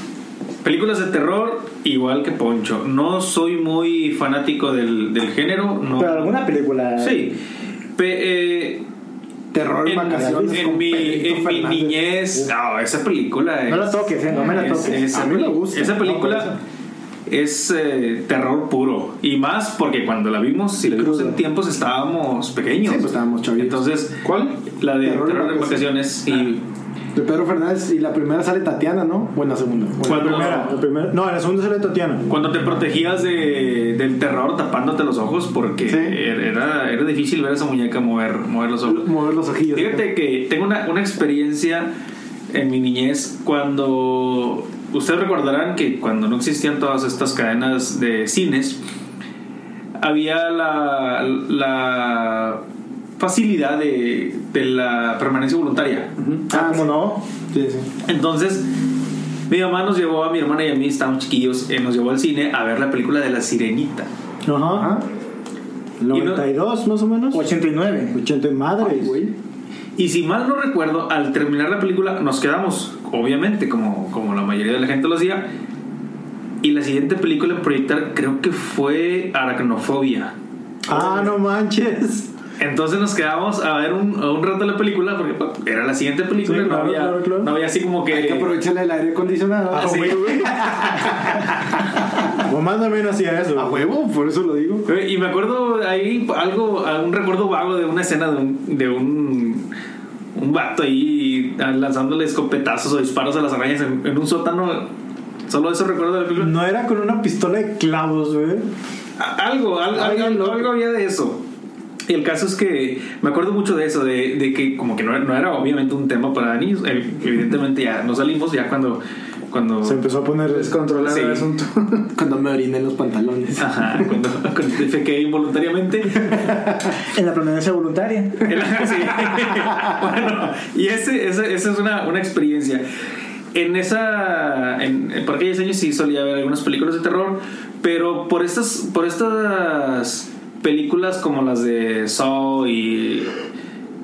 E: Películas de terror, igual que Poncho. No soy muy fanático del, del género. No.
A: Pero alguna película.
E: Sí. Pe- eh,
B: Terror en
E: en,
B: vacaciones.
E: en
B: con
E: mi,
B: Pedrito
E: en mi
B: Fernández.
E: niñez. No, esa película es.
A: No la toques, ¿eh? No me la
E: es-
A: toques.
E: esa
B: A mí me
E: peli-
B: gusta.
E: Esa
B: No,
E: película.
B: por eso.
E: es eh, terror puro y más porque cuando la vimos si la vimos
B: Crudo.
E: en tiempos estábamos pequeños
B: Sí, pues, estábamos chavitos.
E: entonces
B: ¿Cuál?
E: la de
B: Terror Ah,
E: terror,
B: en
E: en vacaciones y
B: De Pedro Fernández y la primera sale Tatiana, ¿no? O en la segunda. O en pues, la-
E: ¿Cuál?
C: primera, la primera. No, en la segunda sale Tatiana.
E: Cuando te protegías de, del terror tapándote los ojos porque er,
B: Sí.
E: era, era difícil ver a esa muñeca mover, mover los ojos.
B: Mover los ojillos.
E: Fíjate que tengo una, una experiencia en mi niñez cuando... Ustedes recordarán que cuando no existían todas estas cadenas de cines, había la, la facilidad de, de la permanencia voluntaria.
B: Ah,
A: ¿cómo
B: sí.
A: no?
B: Sí, sí.
E: Entonces, mi mamá nos llevó a mi hermana y a mí, estábamos chiquillos, eh, nos llevó al cine a ver la película de La Sirenita.
C: Ajá.
B: Ajá.
C: 92 más o menos.
A: 89.
C: 80 madres.
B: Ay, güey.
E: Y si mal no recuerdo, al terminar la película nos quedamos, obviamente, como, como la mayoría de la gente lo hacía. Y la siguiente película en proyectar creo que fue Aracnofobia.
C: ah, no manches.
E: Entonces nos quedamos a ver un, a un rato la película porque pues, era la siguiente película,
C: Sí,
E: no,
C: claro,
E: había,
C: claro, claro.
E: no había así como que... Ah,
B: Hay que aprovechar el aire acondicionado.
E: así.
C: Mamá también hacía eso.
B: A huevo, por eso lo digo.
E: Eh, Y me acuerdo ahí algo, un recuerdo vago de una escena de un, de un, un vato ahí lanzándole escopetazos o disparos a las arañas en, en un sótano. Solo eso recuerdo de la película.
C: No era con una pistola de clavos, güey.
E: A- Algo, al- al- al- algo, había de eso. Y el caso es que me acuerdo mucho de eso, de, de que como que no, era- no era obviamente un tema para niños. Eh, Evidentemente ya no salimos, ya cuando... cuando
C: Se empezó a poner
D: Descontrolar
E: Sí.
D: el asunto.
B: Cuando me oriné en los pantalones.
E: Ajá, cuando, cuando defequé involuntariamente.
A: En la permanencia voluntaria.
E: El- sí. bueno, y ese, ese- esa es una, una experiencia. En esa. En, en- por aquellos años sí solía ver algunas películas de terror, pero por estas, por estas películas como las de Saw y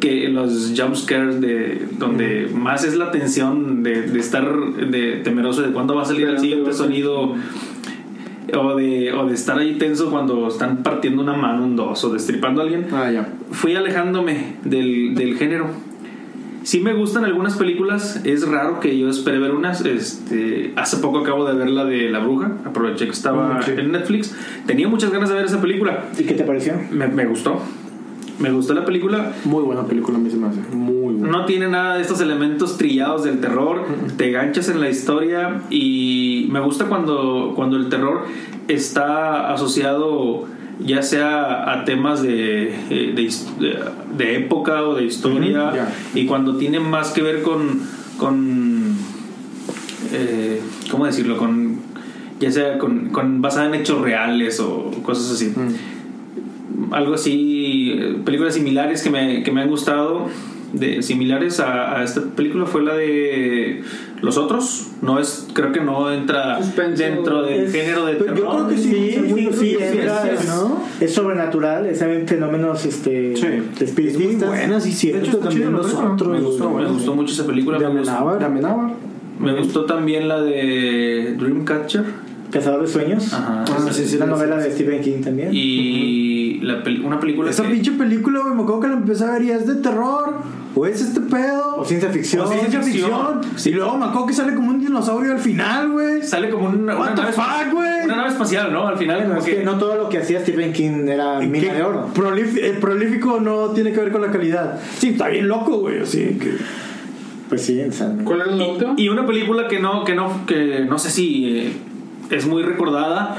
E: que los jumpscares de donde más es la tensión de, de estar de, temeroso de cuándo va a salir el siguiente
D: Esperando, ¿verdad?
E: sonido o de, o de estar ahí tenso cuando están partiendo una mano, un dos o destripando a alguien
B: Ah, ya.
E: fui alejándome del, del género. Sí me gustan algunas películas, es raro que yo espere ver unas. Este, hace poco acabo de ver la de La Bruja, aproveché que estaba
B: Mm, sí.
E: en Netflix. Tenía muchas ganas de ver esa película.
A: ¿Y qué te pareció?
E: Me, me gustó. Me gustó la película.
B: Muy buena película, a mí se me hace. Muy buena.
E: No tiene nada de estos elementos trillados del terror. Te ganchas en la historia y me gusta cuando, cuando el terror está asociado ya sea a temas de, eh, de, his- de- de época o de historia
B: Ujú, ya.
E: y cuando tiene más que ver con... con eh, ¿Cómo decirlo? Con, ya sea con, con basada en hechos reales o cosas así
B: Mm.
E: algo así, eh, películas similares que me, que me han gustado, de, similares a, a esta película fue la de Los Otros, no es, creo que no entra
D: Suspenso.
E: dentro del
A: Es-
E: género de
C: pero yo
E: terror.
C: creo que sí, según yo sí,
A: es,
C: sí,
A: es-
C: sí, ¿no?
A: es sobrenatural, es en fenómenos este,
B: Sí.
A: espiritistas.
C: Es muy buena, sí, cierto,
B: De hecho, está
C: también
B: chido,
C: los
B: ¿no? Me
C: otros.
E: me gustó,
C: güey.
E: me gustó mucho esa película.
C: De
E: Me gustó,
C: Amenábar.
B: ¿De Amenábar?
E: me gustó también la de Dreamcatcher.
A: Cazador de sueños.
E: Ajá.
B: Ah, sí,
A: Es
B: sí,
A: una
B: sí,
A: novela de Stephen King también.
E: Y la peli- una película
C: Esa
E: que-
C: pinche película, güey, me acuerdo que la empecé a ver y es de terror. O es este pedo.
A: o ciencia ficción.
C: O ciencia
E: ficción.
C: ficción.
E: Sí.
C: Y luego me acuerdo que sale como un dinosaurio al final, güey.
E: sale como una, una
C: What the
E: nave,
C: fuck, güey?
E: una nave espacial, ¿no? Al final
A: Bueno,
E: como
A: es que
E: que-
A: no todo lo que hacía Stephen King era
C: ¿En
A: mina
C: qué?
A: de oro.
C: Prolif- el prolífico no tiene que ver con la calidad. Sí, está bien loco, güey. Así que.
A: Pues sí, o sea,
D: ¿Cuál era la última?
E: Y, y una película que no, que no, que no sé si eh, es muy recordada,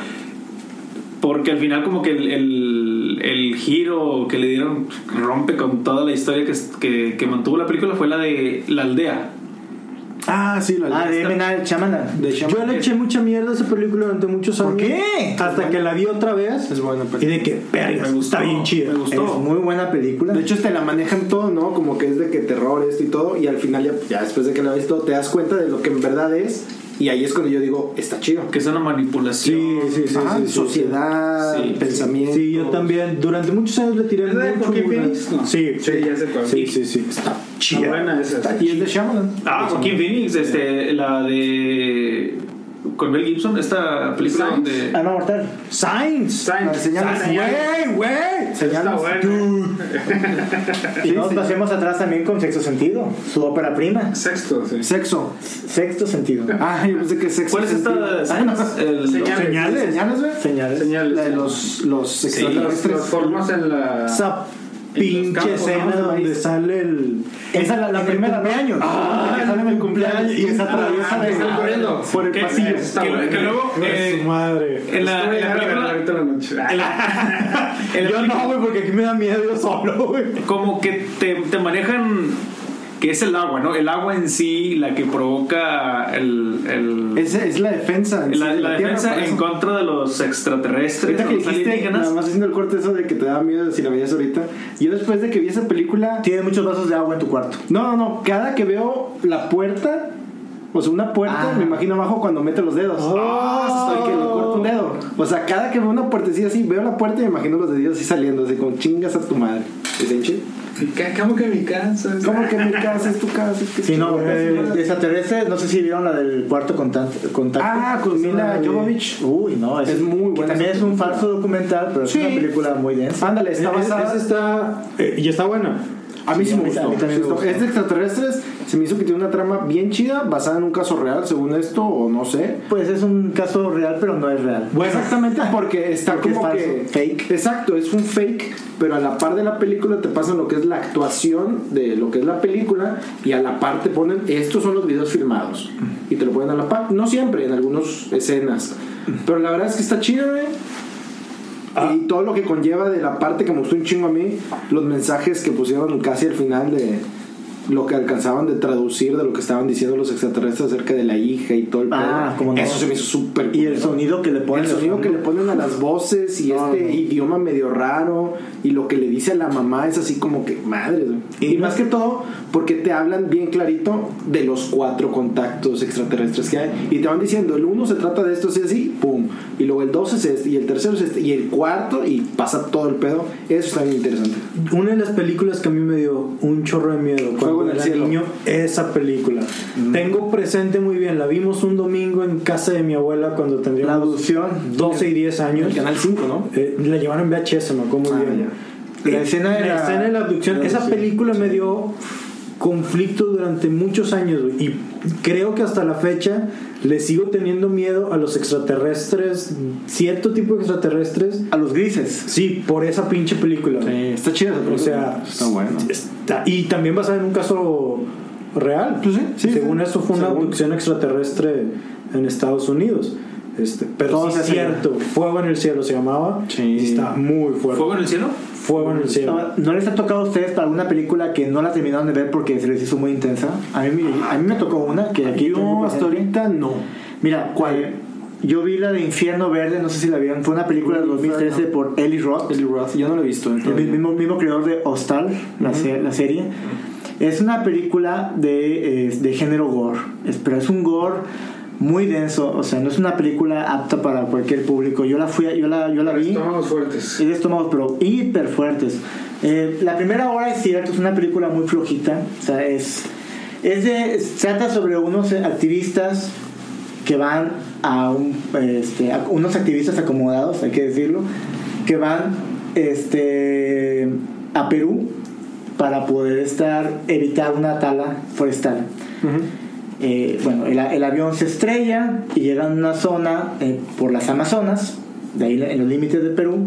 E: porque al final como que el, el- el giro que le dieron rompe con toda la historia que, es- que, que mantuvo la película fue la de La Aldea.
B: Ah, sí, la
A: Ah, de M. Night Shyamalan.
B: De
C: Yo
B: Shaman.
C: le eché mucha mierda a esa película durante muchos años.
A: ¿Por qué?
C: Hasta que la vi otra vez.
B: Es pues. buena
C: Y
B: película.
C: de que, verga,
E: Me gustó,
C: está bien chida.
E: me gustó.
A: Es muy buena película.
B: De hecho, te la manejan todo, ¿no? Como que es de que terror, esto y todo. Y al final, ya, ya después de que la ves todo, te das cuenta de lo que en verdad es. Y ahí es cuando yo digo, está chido.
E: Que es una manipulación.
C: sí,
B: Ajá, sociedad,
E: Sí, sí.
B: pensamiento.
C: Sí, yo también. Durante muchos años le tiré
D: ¿Es la de
C: mucho.
D: Joaquín
C: güey.
D: Phoenix? No.
C: Sí,
D: Sí, ya sé cuál.
C: Sí, sí, sí.
B: Está
D: Está
B: chida.
D: Ah, buena esa.
B: Está- y es de Shyamalan.
E: Ah, Joaquín Phoenix, este, la de... Con Mel Gibson, esta película
D: Signs.
E: donde...
A: Alma Ah, Mortal.
C: Science.
B: La de señales.
C: Güey, güey.
D: Está
B: Señales.
D: buena.
A: Y
B: Sí,
A: no nos
B: sí.
A: pasemos atrás también con Sexto Sentido, su ópera prima.
D: Sexto, sí.
B: Sexo.
A: Sexto Sentido.
B: Ah, yo pensé que sexo.
E: ¿Cuál es esta?
B: sentido.
C: Ah,
E: Signs, el-
D: Señal.
B: Señales.
A: Señales.
B: Señales, güey.
A: Señales.
D: Señales.
B: La de los, los
D: Las,
B: extraterrestres.
D: las formas en la.
C: Zap. pinche
D: campos,
C: escena
D: ¿no?
C: donde sale el.
A: Esa es la, la primera de años. que sale en el cumpleaños y se atraviesa
D: ah,
A: de-
D: está corriendo.
A: por el
E: Que-
A: pasillo.
D: está
E: que-
D: bueno.
E: que luego,
C: Su
E: eh,
C: madre.
E: en la, en la película-
D: ahorita en la noche.
E: en la- en la
C: Yo
E: película-
C: no, güey, porque aquí me da miedo yo solo, güey.
E: como que te, te manejan que es el agua, ¿no? El agua en sí la que provoca el, el-
B: Esa es la defensa. en
E: la,
B: sí de
E: la
B: Tierra,
E: defensa
B: por
E: en
B: eso.
E: contra de los extraterrestres,
B: Ahorita
E: o
B: que
E: los
B: dijiste,
E: alienígenas.
B: nada más haciendo el corte eso de que te daba miedo si la veías ahorita. Yo después de que vi esa película,
A: Tiene muchos vasos de agua en tu cuarto.
B: No, no, no. Cada que veo la puerta, o sea, una puerta,
A: Ah.
B: me imagino abajo cuando mete los dedos.
E: Oh.
C: Ah.
B: Hasta que le corta un dedo. O sea, cada que veo una puertecilla así, veo la puerta y me imagino los deditos así saliendo, así como chingas a tu madre. ¿Es en chile?
D: ¿Cómo que mi casa?
B: ¿Cómo que mi casa es tu casa? ¿Qué
A: Si no,
B: chingas?
A: eh, extraterrestres, no sé si vieron la del cuarto contacto. contacto.
B: Ah, con Mila
A: Esa de-
B: Jovovich.
A: Uy, no, es,
B: Es muy
A: que
B: buena
A: También
B: esa
A: es un
B: película.
A: falso documental, pero
B: Sí.
A: es una película muy densa.
B: Ándale, está
C: Esa-
B: basada.
C: esa está. eh, y está buena.
B: A mí sí,
A: Sí, a
B: me
A: mí-
B: gustó.
A: a mí también
B: Sí,
A: me gustó.
B: Es de extraterrestres. Se me hizo que tiene una trama bien chida, basada en un caso real, según esto, o no sé.
A: Pues es un caso real, pero no es real.
B: Exactamente porque está
A: Porque es
B: como
A: falso.
B: que fake. Exacto, es un fake, pero a la par de la película te pasan lo que es la actuación de lo que es la película y a la par te ponen estos son los videos filmados y te lo ponen a la par, no siempre, en algunas escenas. Pero la verdad es que está chido, güey.
A: Ah.
B: Y todo lo que conlleva de la parte que me gustó un chingo a mí, los mensajes que pusieron casi al final de lo que alcanzaban de traducir de lo que estaban diciendo los extraterrestres acerca de la hija y todo el
A: Ah,
B: pedo.
A: como no.
B: Eso se me hizo súper
A: Y el
B: culero.
A: sonido que le ponen.
B: El sonido que le ponen a las voces y este
A: no.
B: idioma medio raro y lo que le dice a la mamá es así como que madre. güey. Y, más que todo porque te hablan bien clarito de los cuatro contactos extraterrestres que hay y te van diciendo el uno se trata de esto así así, pum, y luego el dos es este y el tercero es este y el cuarto y pasa todo el pedo. Eso está bien interesante.
C: Una de las películas que a mí me dio un chorro de miedo
B: Fuego en
C: cuando
B: el
C: era
B: cielo.
C: niño, esa película.
A: Mm.
C: Tengo presente muy bien, la vimos un domingo en casa de mi abuela cuando
A: La
C: tendríamos
A: aducción.
C: 12 y 10 años.
B: El canal 5, ¿no?
C: Eh, la llevaron en VHS, me acuerdo muy
B: Ah,
C: bien.
A: ya. La
C: Eh,
A: escena de la-
C: escena de la abducción.
A: la
C: Esa
A: abducción.
C: película me dio conflicto durante muchos años güey. y creo que hasta la fecha le sigo teniendo miedo a los extraterrestres, cierto tipo de extraterrestres.
A: A los grises.
C: Sí, por esa pinche película. güey.
B: Está chido,
C: O sea,
B: está bueno.
C: está- y también basada en un caso real.
B: Pues sí, sí,
C: Según
B: sí.
C: eso fue una
B: Según.
C: abducción extraterrestre en Estados Unidos. Este, pero
A: Todo
C: sí es
A: se hace
C: cierto, Fuego en el cielo se llamaba.
B: Sí.
C: Y está muy fuerte.
E: ¿Fuego
C: Fuego,
E: en el cielo?
C: en el cielo.
A: No, Ah, ¿No les ha tocado a ustedes para una película que no la terminaron de ver porque se les hizo muy intensa? A mí, me- a mí me tocó una que aquí tengo
B: Yo hasta
A: presente.
B: ahorita no.
A: Mira, ¿cuál? Yo vi la de Infierno Verde, no sé si la vieron. Fue una película del 2013 por Eli Roth.
B: El Roth, yo no lo he visto.
A: El
B: entonces.
A: mismo, mismo creador de Hostal, la, se- la serie. Es una película de, eh, de género gore, es- pero es un gore muy denso, o sea, no es una película apta para cualquier público. Yo la fui, a- yo la, yo la vi,
D: Estómagos fuertes.
A: es de estómagos, pero hiper fuertes. Eh, la primera hora es cierto, es una película muy flojita, o sea, es, es de, es- trata sobre unos eh, activistas que van a, un, este, a unos activistas acomodados, hay que decirlo, que van este, a Perú para poder estar, evitar una tala forestal. Eh, bueno, el, a- el avión se estrella y llegan a una zona eh, por las Amazonas, de ahí en los límites de Perú,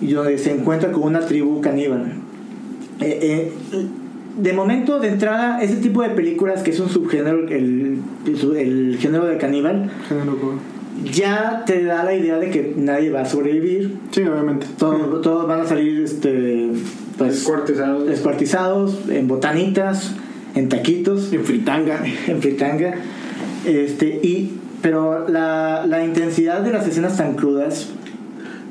A: y donde se encuentra con una tribu caníbal. Eh, eh, de momento, de entrada, ese tipo de películas que es un subgénero, el, el su- el género de caníbal, ya te da la idea de que nadie va a sobrevivir,
B: Sí, obviamente.
A: todos, todos van a salir este, pues,
D: Descuartizados.
A: descuartizados, en botanitas, en taquitos
B: En fritanga.
A: en fritanga. Este, y, pero la, la intensidad de las escenas tan crudas,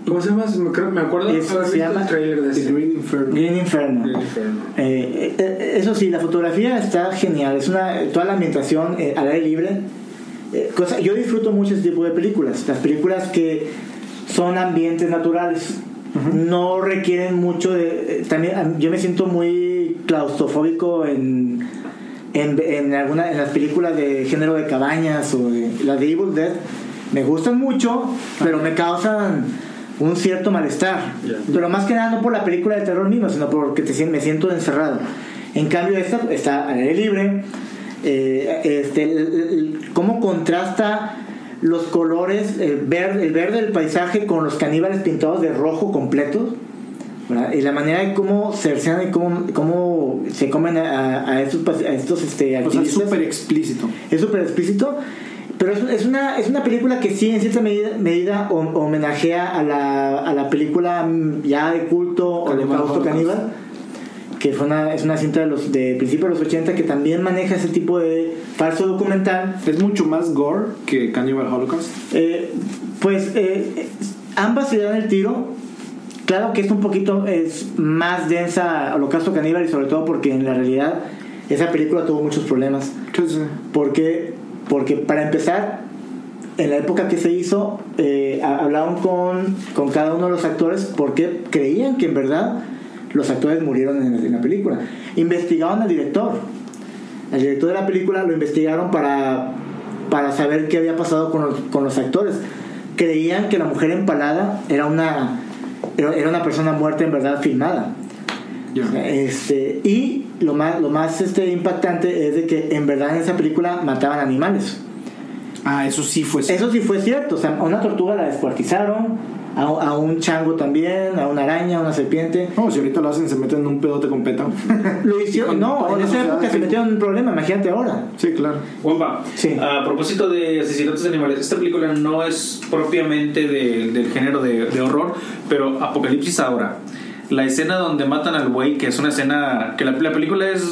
D: ¿Cómo se llama? Me, creo- me acuerdo
A: Es-
D: haber
A: se
D: visto
A: llama-
D: el trailer de ese.
B: Green Inferno.
A: bien inferno.
D: Green Inferno.
A: Eh, eh, eh, eso sí, la fotografía está genial, es una, toda la ambientación eh, al aire libre. Eh, cosa, yo disfruto mucho ese tipo de películas, las películas que son ambientes naturales. No requieren mucho de... eh, también a- yo me siento muy claustrofóbico en, en, en, alguna, en las películas de género de cabañas o de, las de Evil Dead. Me gustan mucho, pero me causan un cierto malestar.
D: Ya.
A: Pero más que nada no por la película de terror mismo, sino porque te sien- me siento encerrado. En cambio esta está al aire libre. eh, este, el- el- el- ¿Cómo contrasta los colores, el verde, el verde del paisaje con los caníbales pintados de rojo completos? ¿verdad? Y la manera de cómo cercean y cómo, cómo se comen a, a estos, pas- a estos este,
B: O sea, es
A: activistas
B: súper explícito.
A: es súper explícito. Pero es, es una, es una película que sí, en cierta medida, medida hom- homenajea a la, a la película mm, ya de culto
B: Caníbal,
A: Holocausto
B: Holocausto.
A: Caníbal, que fue una, es una cinta de, los, de principios de los 80 que también maneja ese tipo de falso documental.
B: Es mucho más gore que Cannibal Holocaust.
A: Eh, pues eh, eh, ambas se dan el tiro. Claro que es un poquito es más densa Holocausto Caníbal y sobre todo porque en la realidad esa película tuvo muchos problemas.
B: Entonces,
A: Porque, porque para empezar, en la época que se hizo, eh, ha- hablaron con, con cada uno de los actores porque creían que en verdad los actores murieron en, en la película. Investigaron al director. Al director de la película lo investigaron para, para saber qué había pasado con los, con los actores. Creían que la mujer empalada era una, era era una persona muerta en verdad filmada.
B: ya.
A: Este, y lo más, lo más este, impactante es de que en verdad en esa película mataban animales.
B: Ah, eso sí fue.
A: Eso sí fue cierto. O sea, a una tortuga la descuartizaron, a, a un chango también, a una araña, a una serpiente.
B: No, si ahorita lo hacen, se meten en un pedote con peta.
A: Lo hicieron,
B: con
A: no,
B: toda
A: en
B: la
A: esa
B: sociedad,
A: época se
B: sí.
A: metieron en un problema, imagínate ahora.
B: sí, claro.
E: Juanpa,
A: Sí.
E: a propósito de asesinatos de animales, esta película no es propiamente de- del género de, de horror, pero Apocalipsis ahora. La escena donde matan al buey, que es una escena que la, la película es eh,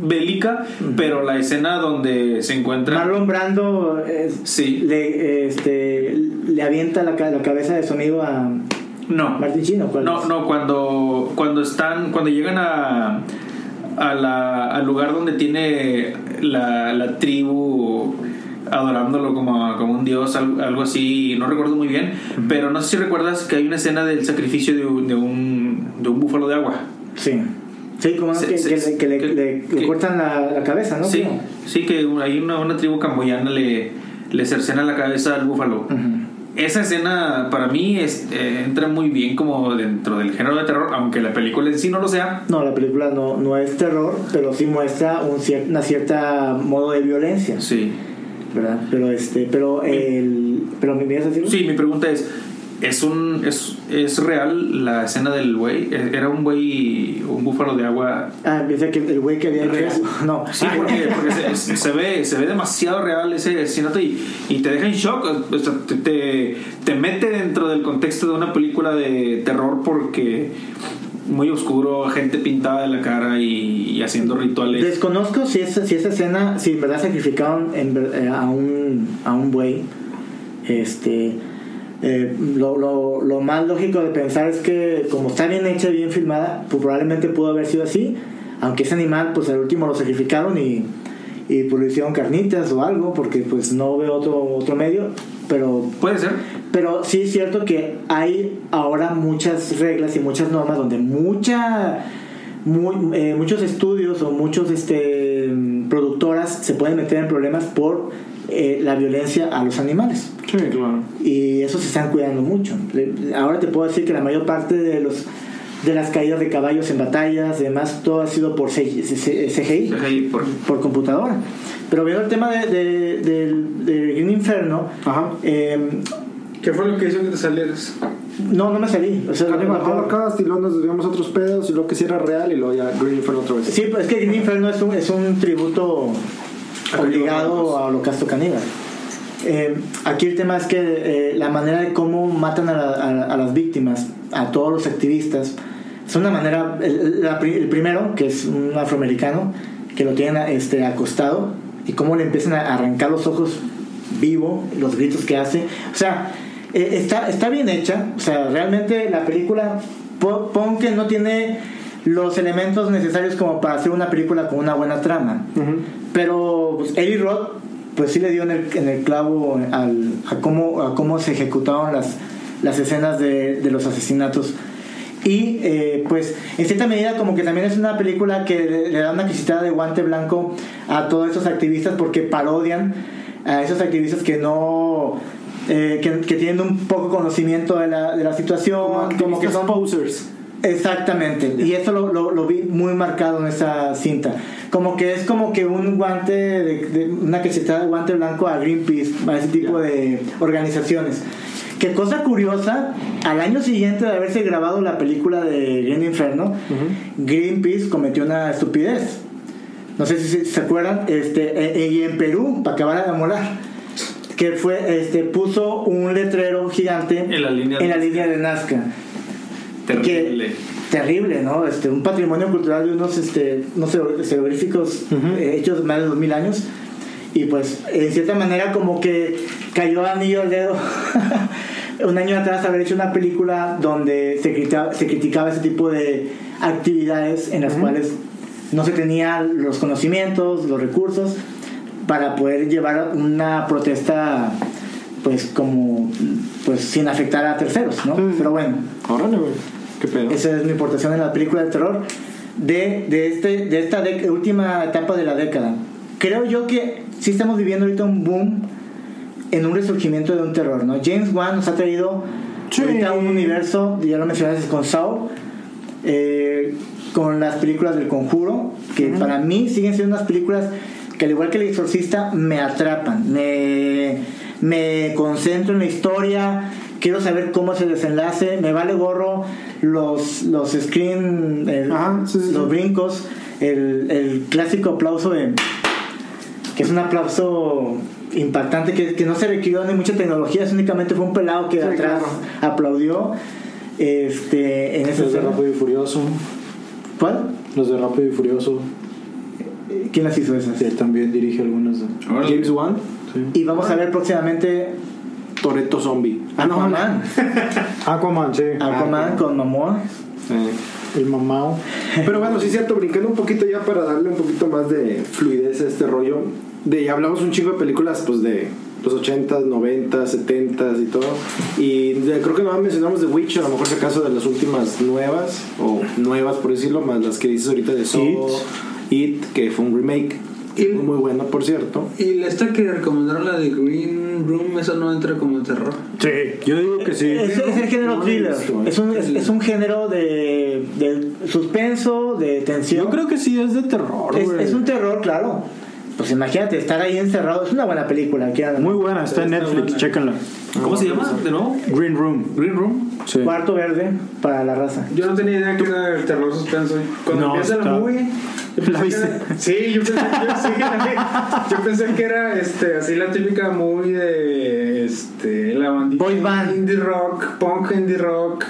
E: bélica, pero la escena donde se encuentra...
A: Marlon Brando eh,
E: Sí,
A: le, este, le avienta la, ca- la cabeza de sonido a
E: no.
A: Martin Chino. ¿cuál
E: No,
A: es?
E: no, cuando, cuando están, cuando llegan a, a la- al lugar donde tiene la, la tribu adorándolo como, a- como un dios, al- algo así, no recuerdo muy bien, pero no sé si recuerdas que hay una escena del sacrificio de un, de un, de un búfalo de agua.
A: Sí. Sí, como no,
E: Sí,
A: que,
E: sí,
A: que
E: sí,
A: le- que le,
E: que-
A: le- le
E: que-
A: cortan la, la cabeza, ¿no?
E: sí,
A: Creo.
E: sí, que hay una, una tribu camboyana le, le cercena la cabeza al búfalo.
A: Ujú.
E: Esa escena para mí es- eh, entra muy bien como dentro del género de terror, aunque la película en sí no lo sea.
A: No, la película no, no es terror, pero sí muestra un cier- una cierta modo de violencia,
E: Sí.
A: ¿verdad? Pero este, pero el, pero me ibas a decir.
E: Sí, mi pregunta es, ¿es un es, es real la escena del güey? Eh, Era un güey, un búfalo de agua.
A: Ah, pensé que el güey que había hecho
E: Real.
A: eso. No.
E: Sí,
A: Ah,
E: porque, porque se, se- se ve se ve demasiado real ese asesinato y, y te deja en shock, o sea, te, te, te mete dentro del contexto de una película de terror porque muy oscuro, gente pintada de la cara y, y haciendo rituales.
A: Desconozco si esa, si esa escena, si en verdad sacrificaron en ver- eh, a un a un buey. Este eh, lo, lo, lo más lógico de pensar es que como está bien hecha y bien filmada, pues probablemente pudo haber sido así, aunque ese animal pues al último lo sacrificaron y, y pues le hicieron carnitas o algo, porque pues no veo otro, otro medio, pero
E: Puede ser.
A: pero sí es cierto que hay ahora muchas reglas y muchas normas donde mucha, mu- eh, muchos estudios o muchos este, mm, productoras se pueden meter en problemas por eh, la violencia a los animales.
B: Sí, claro.
A: Y eso se están cuidando mucho. Le- Ahora te puedo decir que la mayor parte de los de las caídas de caballos en batallas, además, todo ha sido por CGI.
E: Deja ahí por-
A: por computadora. Pero viendo el tema de, de, del- del Green Inferno,
B: Ajá.
A: em,
D: ¿Qué fue lo que hizo que te salieras?
A: no, no me salí. O sea,
B: Cannibal
A: no- no-
B: Holocaust y luego nos desviamos a otros pedos y luego que sí era real y luego ya Green Inferno otra vez.
A: Sí, pero es que Green Inferno es un, es un tributo obligado a Holocausto Caníbal. Eh, aquí el tema es que eh, la manera de cómo matan a, la- a la- a las víctimas, a todos los activistas, es una manera. El, el- la pri- el primero, que es un afroamericano, que lo tienen este, acostado, y cómo le empiezan a arrancar los ojos vivo, los gritos que hace. O sea, eh, está, está bien hecha. O sea, realmente la película, po- pon que no tiene los elementos necesarios como para hacer una película con una buena trama. Pero pues, Eli Roth, pues sí le dio en el, en el clavo al, a, cómo, a cómo se ejecutaron las, las escenas de, de los asesinatos. Y eh, pues en cierta medida como que también es una película que le, le da una quisitada de guante blanco a todos esos activistas porque parodian a esos activistas que no... eh, que, que tienen un poco conocimiento de la, de la situación, como que son
B: posers.
A: Exactamente, y eso lo, lo- lo vi muy marcado en esa cinta. Como que es como que un guante, de, de- una cachetada de guante blanco a Greenpeace, a ese tipo
B: Ya.
A: de organizaciones. Que cosa curiosa, al año siguiente de haberse grabado la película de Green Inferno, Greenpeace cometió una estupidez. No sé si se- se acuerdan, este, eh, eh, y en Perú, para acabar de morar, que fue, este, puso un letrero gigante
E: En la línea de
A: en la
E: Nazca.
A: línea de Nazca.
E: Terrible.
A: Que- terrible, ¿no? Este, un patrimonio cultural de unos, este, no sé, jeroglíficos eh, hechos más de 2000 años. Y pues, en cierta manera, como que cayó anillo al dedo. un año atrás haber hecho una película donde se critica- se criticaba, ese tipo de actividades en las cuales no se tenían los conocimientos, los recursos para poder llevar una protesta pues como pues sin afectar a terceros, ¿no? Pero bueno,
B: Órale, güey. Qué pedo.
A: esa es mi aportación en la película de terror de, de, este, de esta dec- última etapa de la década. Creo yo que sí estamos viviendo ahorita un boom en un resurgimiento de un terror, ¿no? James Wan nos ha traído
B: Sí.
A: ahorita un universo, ya lo mencionaste con Saw, eh, con las películas del Conjuro, que para mí siguen siendo unas películas que al igual que El Exorcista me atrapan, me, me concentro en la historia, quiero saber cómo se desenlace, me vale gorro los, los screen, el-
B: Ajá, sí, sí, sí.
A: los brincos, el, el clásico aplauso de que es un aplauso impactante que, que no se requirió ni mucha tecnología, es únicamente fue un pelado que de
B: Sí,
A: atrás aplaudió este en ese
C: Los de
A: escena.
C: Rápido y Furioso.
A: ¿Cuál?
C: Los de Rápido y Furioso.
A: Eh, ¿Quién las hizo esas?
C: Sí, él también dirige algunas. de-
D: Órale.
B: James Wan,
C: Sí.
A: Y vamos a ver próximamente
B: Toreto Zombie. Ah,
A: Aquaman,
C: Aquaman, sí.
A: Aquaman con Momoa.
B: Eh.
C: El mamao.
B: Pero bueno, sí es cierto, brincando un poquito ya para darle un poquito más de fluidez a este rollo. De, ya hablamos un chingo de películas pues de los 80s, 90s, 70s y todo. Y de- creo que nada más mencionamos The Witch, a lo mejor si acaso de las últimas nuevas, o nuevas por decirlo, más las que dices ahorita de Saw, It, que fue un remake.
D: Y-
B: muy bueno, por cierto.
D: Y la esta que recomendaron, la de Green Room, esa no entra como terror.
B: Sí, yo digo que sí.
A: Es, es el género
B: No,
A: thriller.
B: no, no.
A: Es un, es, es un género de, de suspenso, de tensión.
C: Yo creo que sí es de terror,
A: es,
C: güey.
A: es un terror, claro. Pues imagínate, estar ahí encerrado. Es una buena película. que
C: Muy buena, está en Netflix,
D: buena.
C: chéquenla.
E: ¿Cómo se llama? ¿De nuevo?
C: Green Room.
E: Green Room.
C: Sí.
A: Cuarto verde para la raza.
D: Yo no tenía idea que era el terror suspenso. ¿eh? Cuando
C: No,
D: empieza
C: está-
D: la movie. yo
C: ¿La
D: pensé que
C: viste?
D: era- sí, yo pensé, yo, sí que la vi. Yo pensé que era este, así la típica movie de este, la bandita.
A: Boy band.
D: Indie rock, punk indie rock,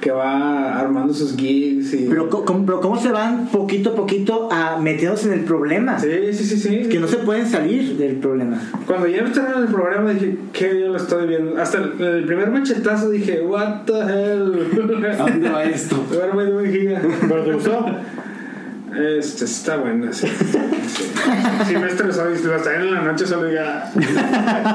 D: que va armando sus gigs. Y,
A: Pero co- com- pero cómo se van poquito a poquito a metidos en el problema.
D: sí, sí, sí, sí.
A: Que no se pueden salir del problema.
D: Cuando ya estaba en el programa dije, que yo lo estoy viendo. Hasta el, el primer machetazo dije, what the hell.
E: ¿A dónde va esto?
D: Where am I doing here?
C: ¿Pero te gustó?
D: Este está buena, sí. sí. Si me estresó y lo hasta en la noche solo diga.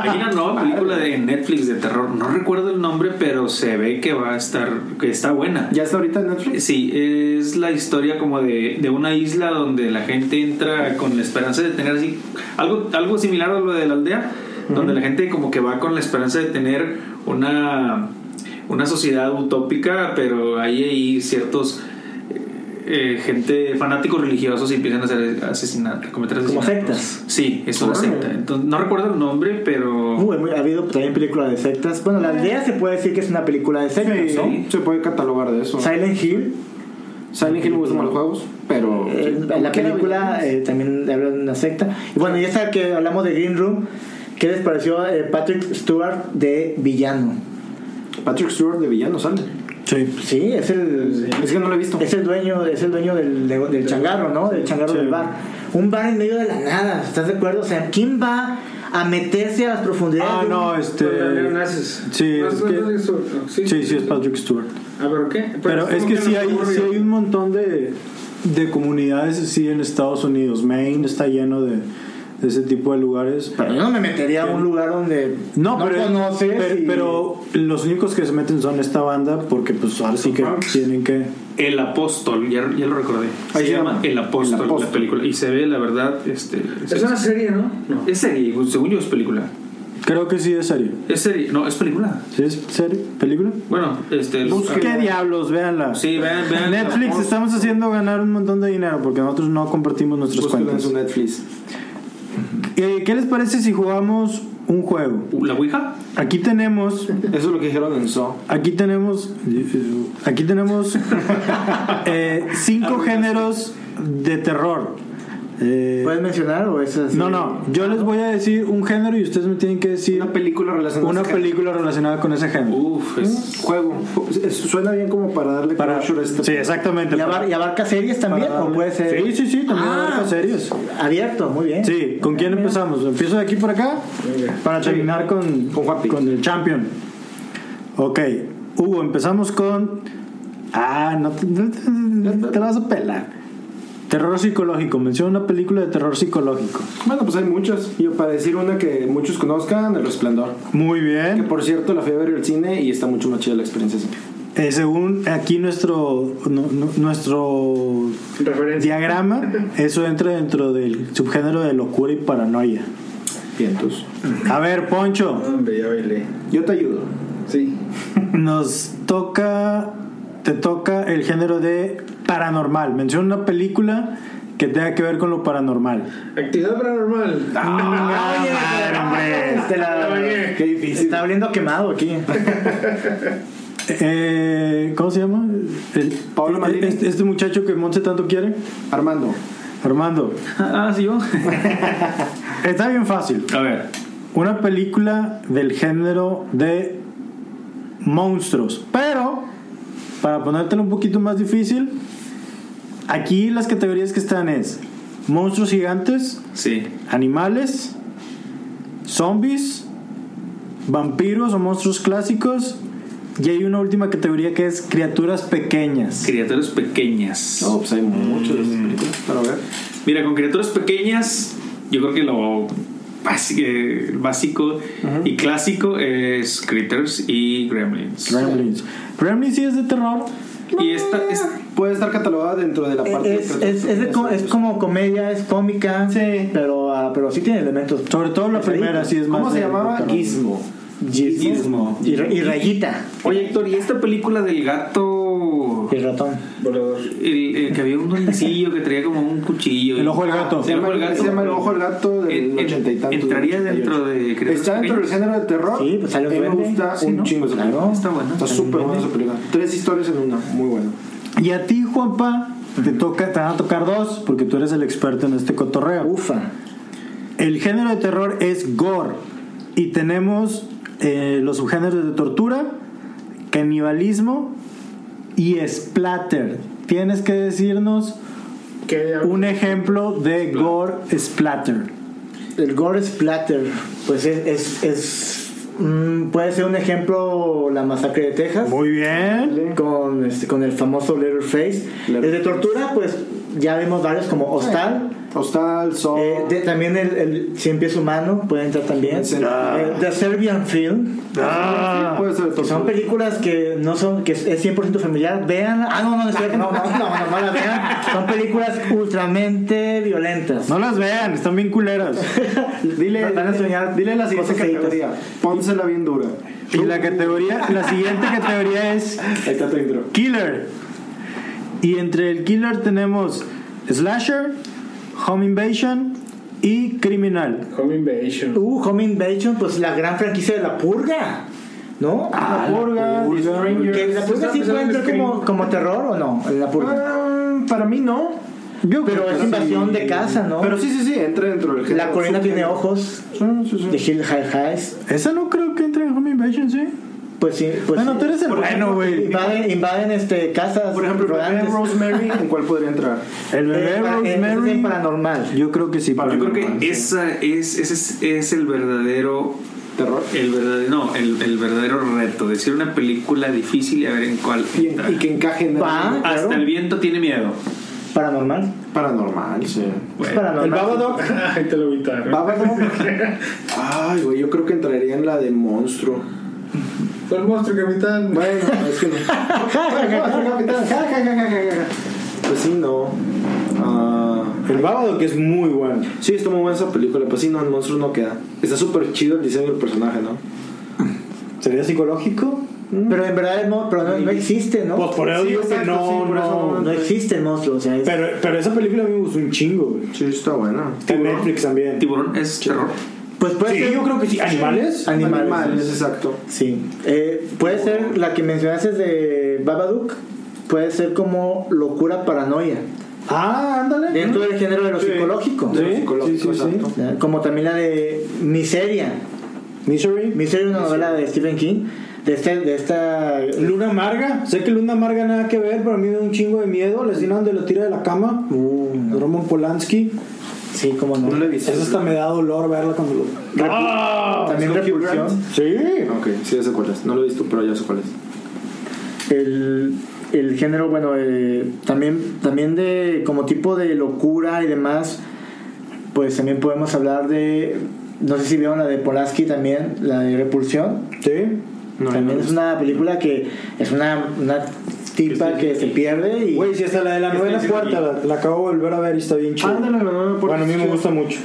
E: Hay una nueva película de Netflix de terror. No recuerdo el nombre, pero se ve que va a estar, que está buena.
B: ¿Ya está ahorita en Netflix?
E: Sí, es la historia como de, de una isla donde la gente entra con la esperanza de tener así, algo, algo similar a lo de la aldea, donde la gente como que va con la esperanza de tener una, una sociedad utópica, pero hay ahí ciertos eh, gente, fanáticos religiosos y empiezan a hacer asesinatos, a cometer
A: Como
E: asesinatos.
A: sectas.
E: Sí, es una
B: Órale.
E: secta. Entonces, no recuerdo el nombre, pero...
A: Uh, ha habido también películas de sectas. Bueno, la aldea se puede decir que es una película de sectas,
B: Sí,
A: ¿no?
B: Se puede catalogar de eso.
A: Silent Hill,
B: Silent Hill no es malos juegos, pero.
A: eh, la película eh, también habla de una secta. Y bueno, ya saben que hablamos de Green Room. ¿Qué les pareció eh, Patrick Stewart de villano?
B: Patrick Stewart de villano sale.
C: Sí.
A: Sí, es el,
B: Es que no lo he visto.
A: es el dueño, es el dueño del, nego- del changarro, ¿no? Del changarro
C: Sí.
A: del bar. Un bar en medio de la nada, ¿estás de acuerdo? O sea, ¿quién va a meterse a las profundidades?
C: Ah,
A: de un-
C: no, este.
D: "Pues,
C: Sí, es que. Sí, sí, es Patrick Stewart.
D: A ver, Ah, ¿qué?
C: Pero es
D: como
C: que sí
D: nos
C: hay,
D: aburre.
C: sí hay un montón de, de comunidades así en Estados Unidos. Maine está lleno de, de ese tipo de lugares.
A: Pero yo no me metería a un lugar donde
C: No, pero,
A: conoces.
C: pero,
A: y-
C: pero los únicos que se meten son esta banda porque pues ahora sí que tienen que...
E: El Apóstol, ya, ya lo recordé. Se,
B: Ahí se
E: llama
B: llama.
E: El
B: El
E: Apóstol,
B: Apóstol.
E: la película. Y se ve, la verdad, este...
D: Es una serie, ¿no? No.
E: Es serie, pues, según yo es película.
C: Creo que sí es serio.
E: Es serie, no, es película.
C: ¿Sí es serio? ¿Película?
E: Bueno, este. el-
C: ¿Qué diablos? Véanla.
E: Sí, vean, vean.
C: Netflix, estamos haciendo ganar un montón de dinero porque nosotros no compartimos nuestras
B: Búsquenlo en
C: cuentas.
B: su Netflix.
C: Eh, ¿Qué les parece si jugamos un juego?
E: Uh, ¿La Ouija?
C: Aquí tenemos,
B: Eso es lo que dijeron en So.
C: aquí tenemos, aquí tenemos eh, cinco géneros de terror. Eh,
A: ¿Puedes mencionar o es así?
C: no, no, yo les voy a decir un género y ustedes me tienen que decir
B: Una película relacionada
C: una
B: a-
C: película relacionada con ese género.
E: Uf, es...
B: Juego. Eso Suena bien como para darle
C: Para,
B: closure a este.
C: sí, exactamente.
A: ¿Y, abar- y abarca series también?
C: Para-
A: ¿O puede ser?
C: Sí, sí, sí, también
A: Ah.
C: abarca series.
A: Abierto, muy bien.
C: Sí, ¿con quién empezamos? Empiezo de aquí por acá para terminar con,
B: Con Juanpi.
C: con el champion. Ok, Hugo, empezamos con. Ah, no te, no te- no te la vas a pelar. Terror psicológico. Menciona una película de terror psicológico.
B: Bueno, pues hay muchas. Yo para decir una que muchos conozcan, El Resplandor.
C: Muy
B: Que
C: bien.
B: por cierto la fui a ver al cine y está mucho más chida la experiencia así.
C: Eh, según aquí nuestro no- no- nuestro
D: Referencia.
C: diagrama, eso entra dentro del subgénero de locura y paranoia.
B: Vientos.
C: A ver, Poncho.
F: Hombre, ya bailé.
B: Yo te ayudo.
F: Sí.
C: Nos toca, te toca el género de paranormal. Menciona una película que tenga que ver con lo paranormal.
F: Actividad paranormal.
A: Oye,
C: Ah, hombre!
A: te la-
F: Oye.
B: Ah, Qué difícil.
A: Está oliendo quemado aquí.
C: Eh, ¿Cómo se llama? El-
B: Pablo Maldini.
C: Este, este muchacho que Monse tanto quiere.
B: Armando.
C: Armando.
E: Ah, sí, yo.
C: Está bien fácil.
E: A ver.
C: Una película del género de monstruos. Pero, para ponértelo un poquito más difícil, aquí las categorías que están es monstruos gigantes,
E: Sí.
C: animales, zombies, vampiros o monstruos clásicos. Y hay una última categoría que es criaturas pequeñas.
E: Criaturas pequeñas.
B: No, pues hay muchas de esas
C: Mm.
B: películas. Pero a ver.
E: Mira, con criaturas pequeñas, yo creo que lo básico, básico y clásico es Critters y Gremlins.
C: Gremlins. Gremlins sí es de terror.
E: Y esta es
B: Puede estar catalogada dentro de la parte
A: Eh, Es,
B: de
A: es, es de co- es como comedia, es cómica, pero, ah, pero sí tiene elementos.
C: Sobre todo la primera sí es más.
B: ¿Cómo se
C: de-
B: llamaba?
C: de terror.
B: Gizmo.
A: Gizmo. Y, y Rayita.
E: Oye, Héctor, ¿y esta película del gato?
A: Y ratón.
F: Volador.
E: El, el que había un duendecillo que traía como un cuchillo.
C: El ojo del gato.
E: Se llama el gato.
B: Se llama El Ojo del Gato
E: En-
B: del
E: en-
B: ochenta y tantos.
E: entraría
B: del
E: dentro de
B: 88.
E: criaturas
B: Está dentro del
E: pequeñas.
B: género de terror.
A: Sí, pues sale un
B: A mí me
A: duende.
B: gusta
A: Sí,
B: un
A: ¿no?
B: chingo esa
A: Claro.
B: película.
E: Está buena.
B: Está súper buena esa película. Tres historias en una. Muy buena.
C: Y a ti, Juanpa, te, toca, te van a tocar dos porque tú eres el experto en este cotorreo.
A: Ufa.
C: El género de terror es gore. Y tenemos eh, los subgéneros de tortura, canibalismo y splatter. Tienes que decirnos
F: ¿Qué?
C: un ejemplo de gore splatter.
A: El gore splatter, pues es, es, es, mm, puede ser un ejemplo la masacre de Texas
C: Muy bien.
A: con, este, con el famoso Letterface. El de tortura, pues ya vimos varios como Hostal.
B: Hostal, Sol.
A: Eh, de- también el, el Cien Pies Humano puede entrar también.
B: Ah.
A: Eh, The Serbian Film.
B: Sí, puede ser de
A: Ah. que
B: tortura.
A: son películas que no son que es 100% familiar vean ah no no no, espera que no no no no, no, no la vean son películas ultramente violentas
C: No las vean, están bien culeras.
B: Dile,
A: Van a soñar
B: dile la siguiente
A: cosas feitas.
B: categoría. Pónsela bien dura.
C: Y la categoría, la siguiente categoría es
B: Ahí está tu intro.
C: Killer. Y entre el Killer tenemos Slasher, Home Invasion y Criminal.
F: Home Invasion.
A: uh Home Invasion pues la gran franquicia de la purga no
B: La purga,
A: que
B: Stranger.
A: la Ah, purga sí
F: Está
A: puede
F: empezando
A: entrar
F: el
A: como, como terror o no en la purga
B: Ah, Para mí no.
C: Yo
A: Ah, pero es invasión de casa no
B: Pero sí, sí, sí, entra dentro del género.
A: la corina tiene
B: Subgénero.
A: ojos
B: Sí, sí, sí.
A: de Hill High Highs
C: Esa no creo que entre en Home Invasion, ¿sí?
A: pues sí pues
C: bueno, tú eres el
B: Por
C: bueno,
B: ejemplo,
C: güey.
A: invaden invaden este casas
B: Por ejemplo, el bebé
A: rodantes.
B: Rosemary, ¿en cuál podría entrar?
C: El
A: Eh,
C: bebé
A: pa- eh, ese es el
C: Rosemary.
A: paranormal
C: Yo creo que sí.
E: Yo
C: pero-
E: creo que esa es, ese es, es el verdadero
B: Terror.
E: el verdadero no, el, el verdadero reto, decir una película difícil y a ver en cuál
B: Y,
E: entra.
B: y que encaje en el
A: Va.
E: Hasta
A: claro.
E: el viento tiene miedo.
A: paranormal
B: paranormal, sí.
A: es
E: Bueno.
A: paranormal
B: El Babadook.
F: Ahí te lo evitaron.
B: Babadook. Ay, güey, yo creo que entraría en la de monstruo.
F: Fue el monstruo, capitán.
B: Bueno, es que no. Pues sí, no. Ah,
C: El bábado que es muy bueno.
B: sí, está muy buena esa película. Pues sí, no, el monstruo no queda. Está súper chido el diseño del personaje, ¿no?
C: ¿Sería psicológico?
A: Pero en verdad el mo- pero no, no existe, ¿no?
C: Pues por eso
A: Sí,
C: digo que
A: exacto,
C: no,
A: sí, por eso
C: no.
A: No existe el monstruo, o sea, es-
C: Pero, pero esa película a mí me gustó un chingo, güey.
B: Sí, está buena.
C: Está en Netflix también.
E: Tiburón es terror.
A: pues puede
C: Sí,
A: ser
C: yo creo que sí. ¿Animales?
A: animales.
B: exacto.
A: Sí. Eh, puede ser la que mencionaste de Babadook, puede ser como locura paranoia,
C: Ah, ándale.
A: dentro del género de lo
C: Sí.
A: psicológico.
C: Sí,
B: De lo psicológico,
C: sí, sí, sí.
B: exacto.
A: ¿Ya? Como también la de Miseria.
C: Misery.
A: Miseria es una novela de Stephen King, de, este- de esta...
C: Luna Amarga. Sé que Luna Amarga nada que ver, pero a mí me da un chingo de miedo. La escena donde lo tira de la cama.
A: Uh, no.
C: Roman Polanski.
A: Sí, como no.
B: No la he visto.
C: Esa hasta me da dolor verla cuando lo...
A: Repu- También Repulsión.
C: Sí.
B: Ok, sí, ya sé cuál es. No lo he visto, pero ya sé cuál es.
A: el, el género, bueno, eh, también, también de como tipo de locura y demás, pues también podemos hablar de, no sé si vieron la de Polaski también, la de Repulsión.
C: Sí.
A: también es una película que es una, una tipa que se pierde y...
C: Güey, si hasta la de la novena
E: bien
C: puerta la, la acabo de volver a ver y está bien chida. Bueno, a mí me gusta mucho.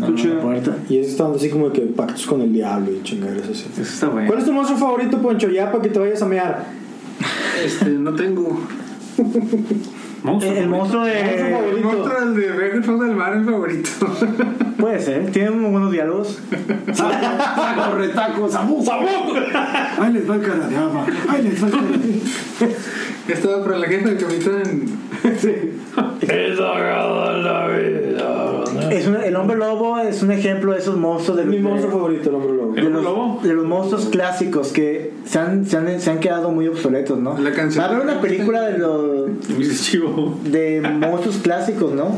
A: No, no, no, puerta.
C: Y eso está así como de que pactos con el diablo y chingaderas así.
E: Eso está bueno.
C: ¿Cuál es tu monstruo favorito, Poncho? Ya para que te vayas a mear.
D: Este, no tengo.
A: El, el monstruo de...
D: El monstruo del de Viejo Fox del Mar es mi favorito.
A: Puede ser, tiene muy buenos diálogos.
B: ¡Corretacos! ¡Sabú! ¡Sabú! ¡Ay, les va el cara de ama! ¡Ay, les va el cara de
D: Estaba para la jefa del capitán.
A: Es un- el hombre lobo es un ejemplo de esos monstruos de
C: Es mi
A: de-
C: monstruo favorito, el hombre lobo.
A: de
E: ¿El hombre
A: los,
E: lobo?
A: de los monstruos clásicos que se han, se han, se han quedado muy obsoletos, ¿no?
D: La canción.
A: Va a haber una película de los
E: chivo.
A: de monstruos clásicos, ¿no?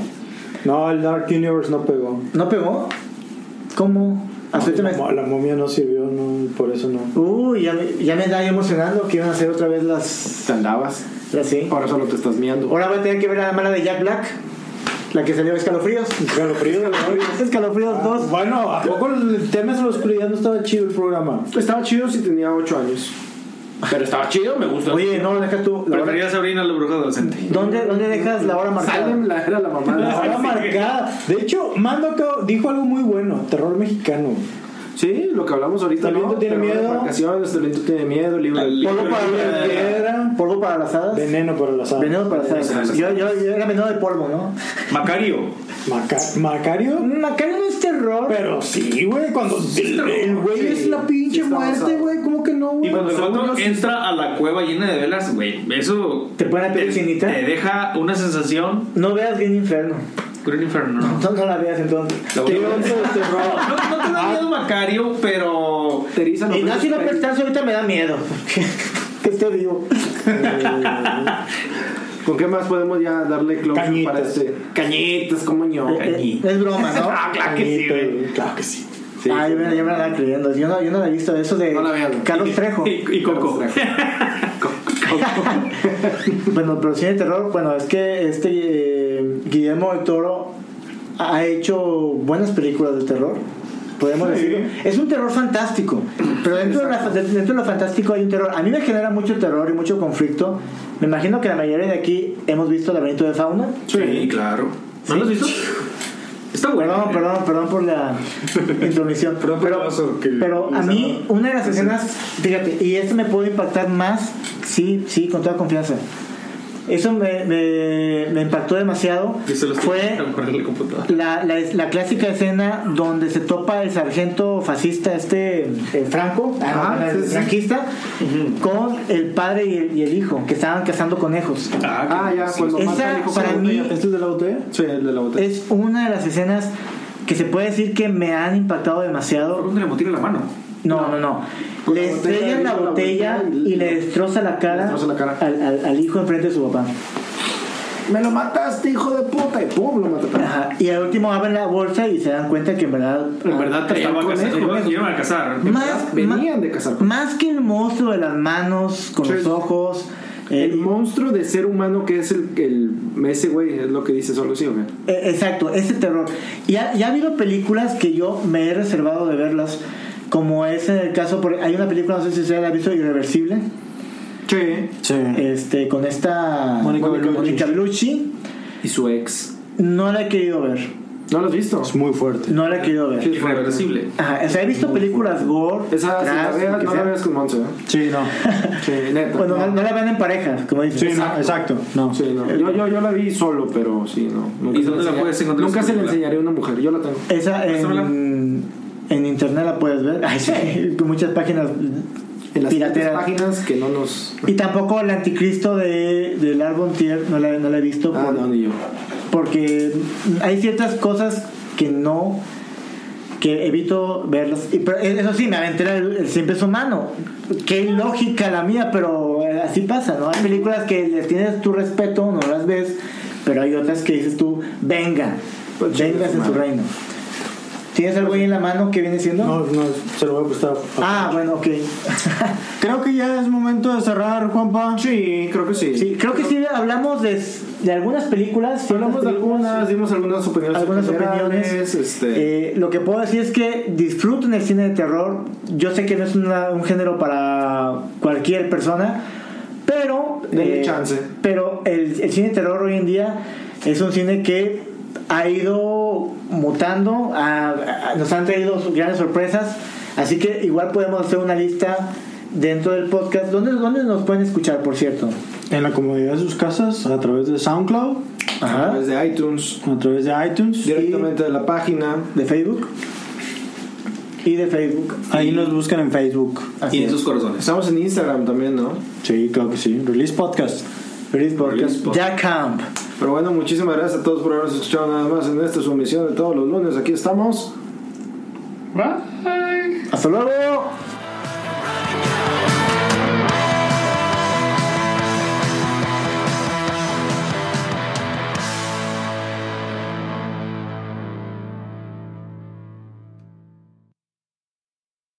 C: No, el Dark Universe no pegó.
A: ¿No pegó? ¿Cómo? Hasta ahorita
C: La,
A: me-
C: mo- la momia no sirvió, no, por eso no.
A: Uy, ya me, ya me está emocionando que iban a hacer otra vez las...
B: Te andabas.
A: las sí.
B: Ahora solo te estás miando.
A: Ahora voy a tener que ver la mala de Jack Black, la que salió de Escalofríos.
C: Escalofríos,
A: Escalofríos 2.
C: Pues, Bueno, ¿a poco el tema de la oscuridad no estaba chido el programa?
B: Estaba chido si tenía 8 años. Pero estaba chido, me gusta.
A: Oye, no, deja tú. la hora-
E: Prefería Sabrina la bruja adolescente.
A: ¿Dónde, ¿Dónde dejas la hora marcada?
B: Salem la era la mamá.
C: La
B: de-
C: hora marcada. De hecho, Mando acabo- dijo algo muy bueno, terror mexicano.
B: Sí, lo que hablamos ahorita.
C: Talento
B: ¿no?
C: tiene
B: Pero
C: miedo.
B: las marcaciones, talento tiene miedo, libro del
A: Polvo para,
C: de piedra.
A: polvo para las hadas.
C: Veneno para las hadas.
A: Veneno para las hadas. Yo, yo, yo era veneno de polvo, ¿no?
E: Macario.
C: Maca- Macario.
A: Macario no es terror.
C: Pero sí, güey, cuando el el güey
B: Sí,
C: es la pinche
B: sí está
C: muerte,
B: basado.
C: güey, ¿cómo que no,
E: Y
C: güey?
E: cuando el
B: según
E: vato
B: yo, sí.
E: entra a la cueva llena de velas, güey, eso
A: ¿Te pone la piel chinita?
E: te deja una sensación.
A: No veas Green Inferno.
E: Green Inferno, ¿no?
A: No, no la veas entonces.
E: La voy
A: Qué
E: a ver.
A: onda de terror.
E: No, no te da miedo Macario, pero.
B: Teriza los
A: Y no,
B: pelos
A: si lo
B: de-
A: prestas ahorita me da miedo. que esté vivo.
B: Eh, ¿Con qué más podemos ya darle close
C: Cañitas.
B: para este? Cañitas, como ño.
A: Eh, Es broma, ¿no?
E: claro que sí, güey.
C: Claro que sí.
B: Sí.
A: Ah, yo me, yo me la estaba creyendo. Yo no, yo no la he visto de eso de
B: No la veas.
A: Carlos Trejo.
E: Y, y Coco.
A: Bueno, pero cine de terror, bueno, es que este eh, Guillermo del Toro ha hecho buenas películas de terror, podemos decirlo. Es un terror fantástico, pero dentro de, la- dentro de lo fantástico hay un terror. A mí me genera mucho terror y mucho conflicto. Me imagino que la mayoría de aquí hemos visto Laberinto de Fauna.
E: Sí, claro. ¿No lo has visto? Está bueno.
A: Perdón, perdón, perdón por la intromisión.
F: Perdón por el oso que
A: pero a
F: les
A: mí,
F: hablaba.
A: una de las escenas, fíjate, y esto me puede impactar más, sí, sí, con toda confianza. Eso me, me, me impactó demasiado.
E: Yo se lo estoy
A: Fue
E: quitando con el computador.
A: la, la, la clásica escena donde se topa el sargento fascista, este eh, Franco, ah, no, el franquista, con el padre y el, y el hijo, que estaban cazando conejos.
B: Ah, ya, cuando
A: Esa,
B: mata al hijo con
A: para
B: la
A: mí-
B: botella.
C: ¿Este es de la botella?
B: Sí, el de la botella.
A: Es una de las escenas que se puede decir que me han impactado demasiado.
E: ¿Dónde le motiva la mano?
A: No, no, no.
B: Con
A: Le
B: la botella,
A: estrellan la
B: con la
A: botella
B: botella y-
A: y le destroza la cara,
B: Le destroza la cara.
A: Al, al- al hijo enfrente de su papá.
B: Eh, Me lo mataste, hijo de puta. Y pum, lo mataste.
A: Ajá. Y al último abren la bolsa y se dan cuenta que en verdad.
B: En verdad, te
E: Estaban cazando, iban- iban a cazar.
A: Más,
B: Venían
A: ma-
B: de cazar conejos.
A: más que el monstruo de las manos, con
B: Sí.
A: los ojos. eh,
B: El monstruo de ser humano que es el, el ese güey, es lo que dices algo así, ¿o qué?
A: Eh, exacto, ese terror. Y ha, y ha habido películas que yo me he reservado de verlas, como es en el caso, por, hay una película, no sé si ustedes la han visto, Irreversible,
B: Che.
C: Sí.
A: este, con esta
C: Mónica Bellucci.
A: Bellucci.
B: Y su ex.
A: No la he querido ver.
B: ¿No lo has visto?
C: Es muy fuerte.
A: No la he querido ver.
E: Irreversible.
A: Ajá, o sea, he visto películas gore.
B: Esa, si la
A: trash, lo
B: veas,
A: que
B: no
A: sea.
B: la veas con Monse, ¿eh?
C: Sí, no.
B: Sí, neta.
A: Bueno, no.
B: no.
A: no la ven en pareja, como
C: Sí,
A: dices.
C: no, exacto. No.
B: Sí, no. Yo, yo, yo la vi solo, pero sí, no. Nunca
E: ¿Y
B: se
E: dónde la
B: enseña-
E: puedes encontrar
B: Nunca
E: esa
B: se la
E: película?
B: enseñaré a una mujer, yo la tengo.
A: Esa
E: Pásamela.
A: en, en internet la puedes ver. Ay, sí, con muchas páginas
B: En las
A: pirateras.
B: páginas que no nos...
A: Y tampoco el anticristo de, del Arbon Tier no la, no la he visto.
B: Ah,
A: por-
B: no, ni yo.
A: Porque hay ciertas cosas que no. que evito verlas. Y, pero eso sí, me aventé el, el siempre es humano. Qué lógica la mía, pero eh, así pasa, ¿no? Hay películas que les tienes tu respeto, no las ves, pero hay otras que dices tú, venga,
B: Pues
A: vengas en
B: chingas,
A: su
B: madre.
A: reino. ¿Tienes algo ahí en la mano que viene siendo?
C: No, no, se lo voy a prestar.
A: Ah, bueno, ok.
C: Creo que ya es momento de cerrar, Juanpa.
B: Sí, creo que sí.
A: Sí, creo que sí hablamos de, de algunas películas. ciertas
B: Hablamos de
A: películas.
B: algunas, dimos algunas opiniones.
A: algunas
B: generales,
A: opiniones.
B: Este,
A: Eh, lo que puedo decir es que disfruten el cine de terror. Yo sé que no es una- un género para cualquier persona, pero. eh,
B: Denle chance.
A: Pero el, el cine de terror hoy en día es un cine que ha ido mutando, ha- ha- nos han traído grandes sorpresas. Así que igual podemos hacer una lista dentro del podcast. ¿Dónde, dónde nos pueden escuchar, por cierto?
C: En la comodidad de sus casas, a través de SoundCloud,
B: a
A: Ajá.
B: través de iTunes,
C: a través de iTunes.
B: directamente de la página.
A: ¿De Facebook? Y de Facebook.
C: Ahí nos buscan en Facebook.
A: Así
E: Y en
A: es.
E: sus corazones.
B: Estamos en Instagram también, ¿no?
C: Sí, claro que sí. Release Podcast.
A: Feliz podcast.
E: Feliz podcast.
A: Jack Camp.
B: Pero bueno, muchísimas gracias a todos por habernos escuchado nada más en esta sumisión de todos los lunes. Aquí estamos.
F: Bye.
A: Hasta luego.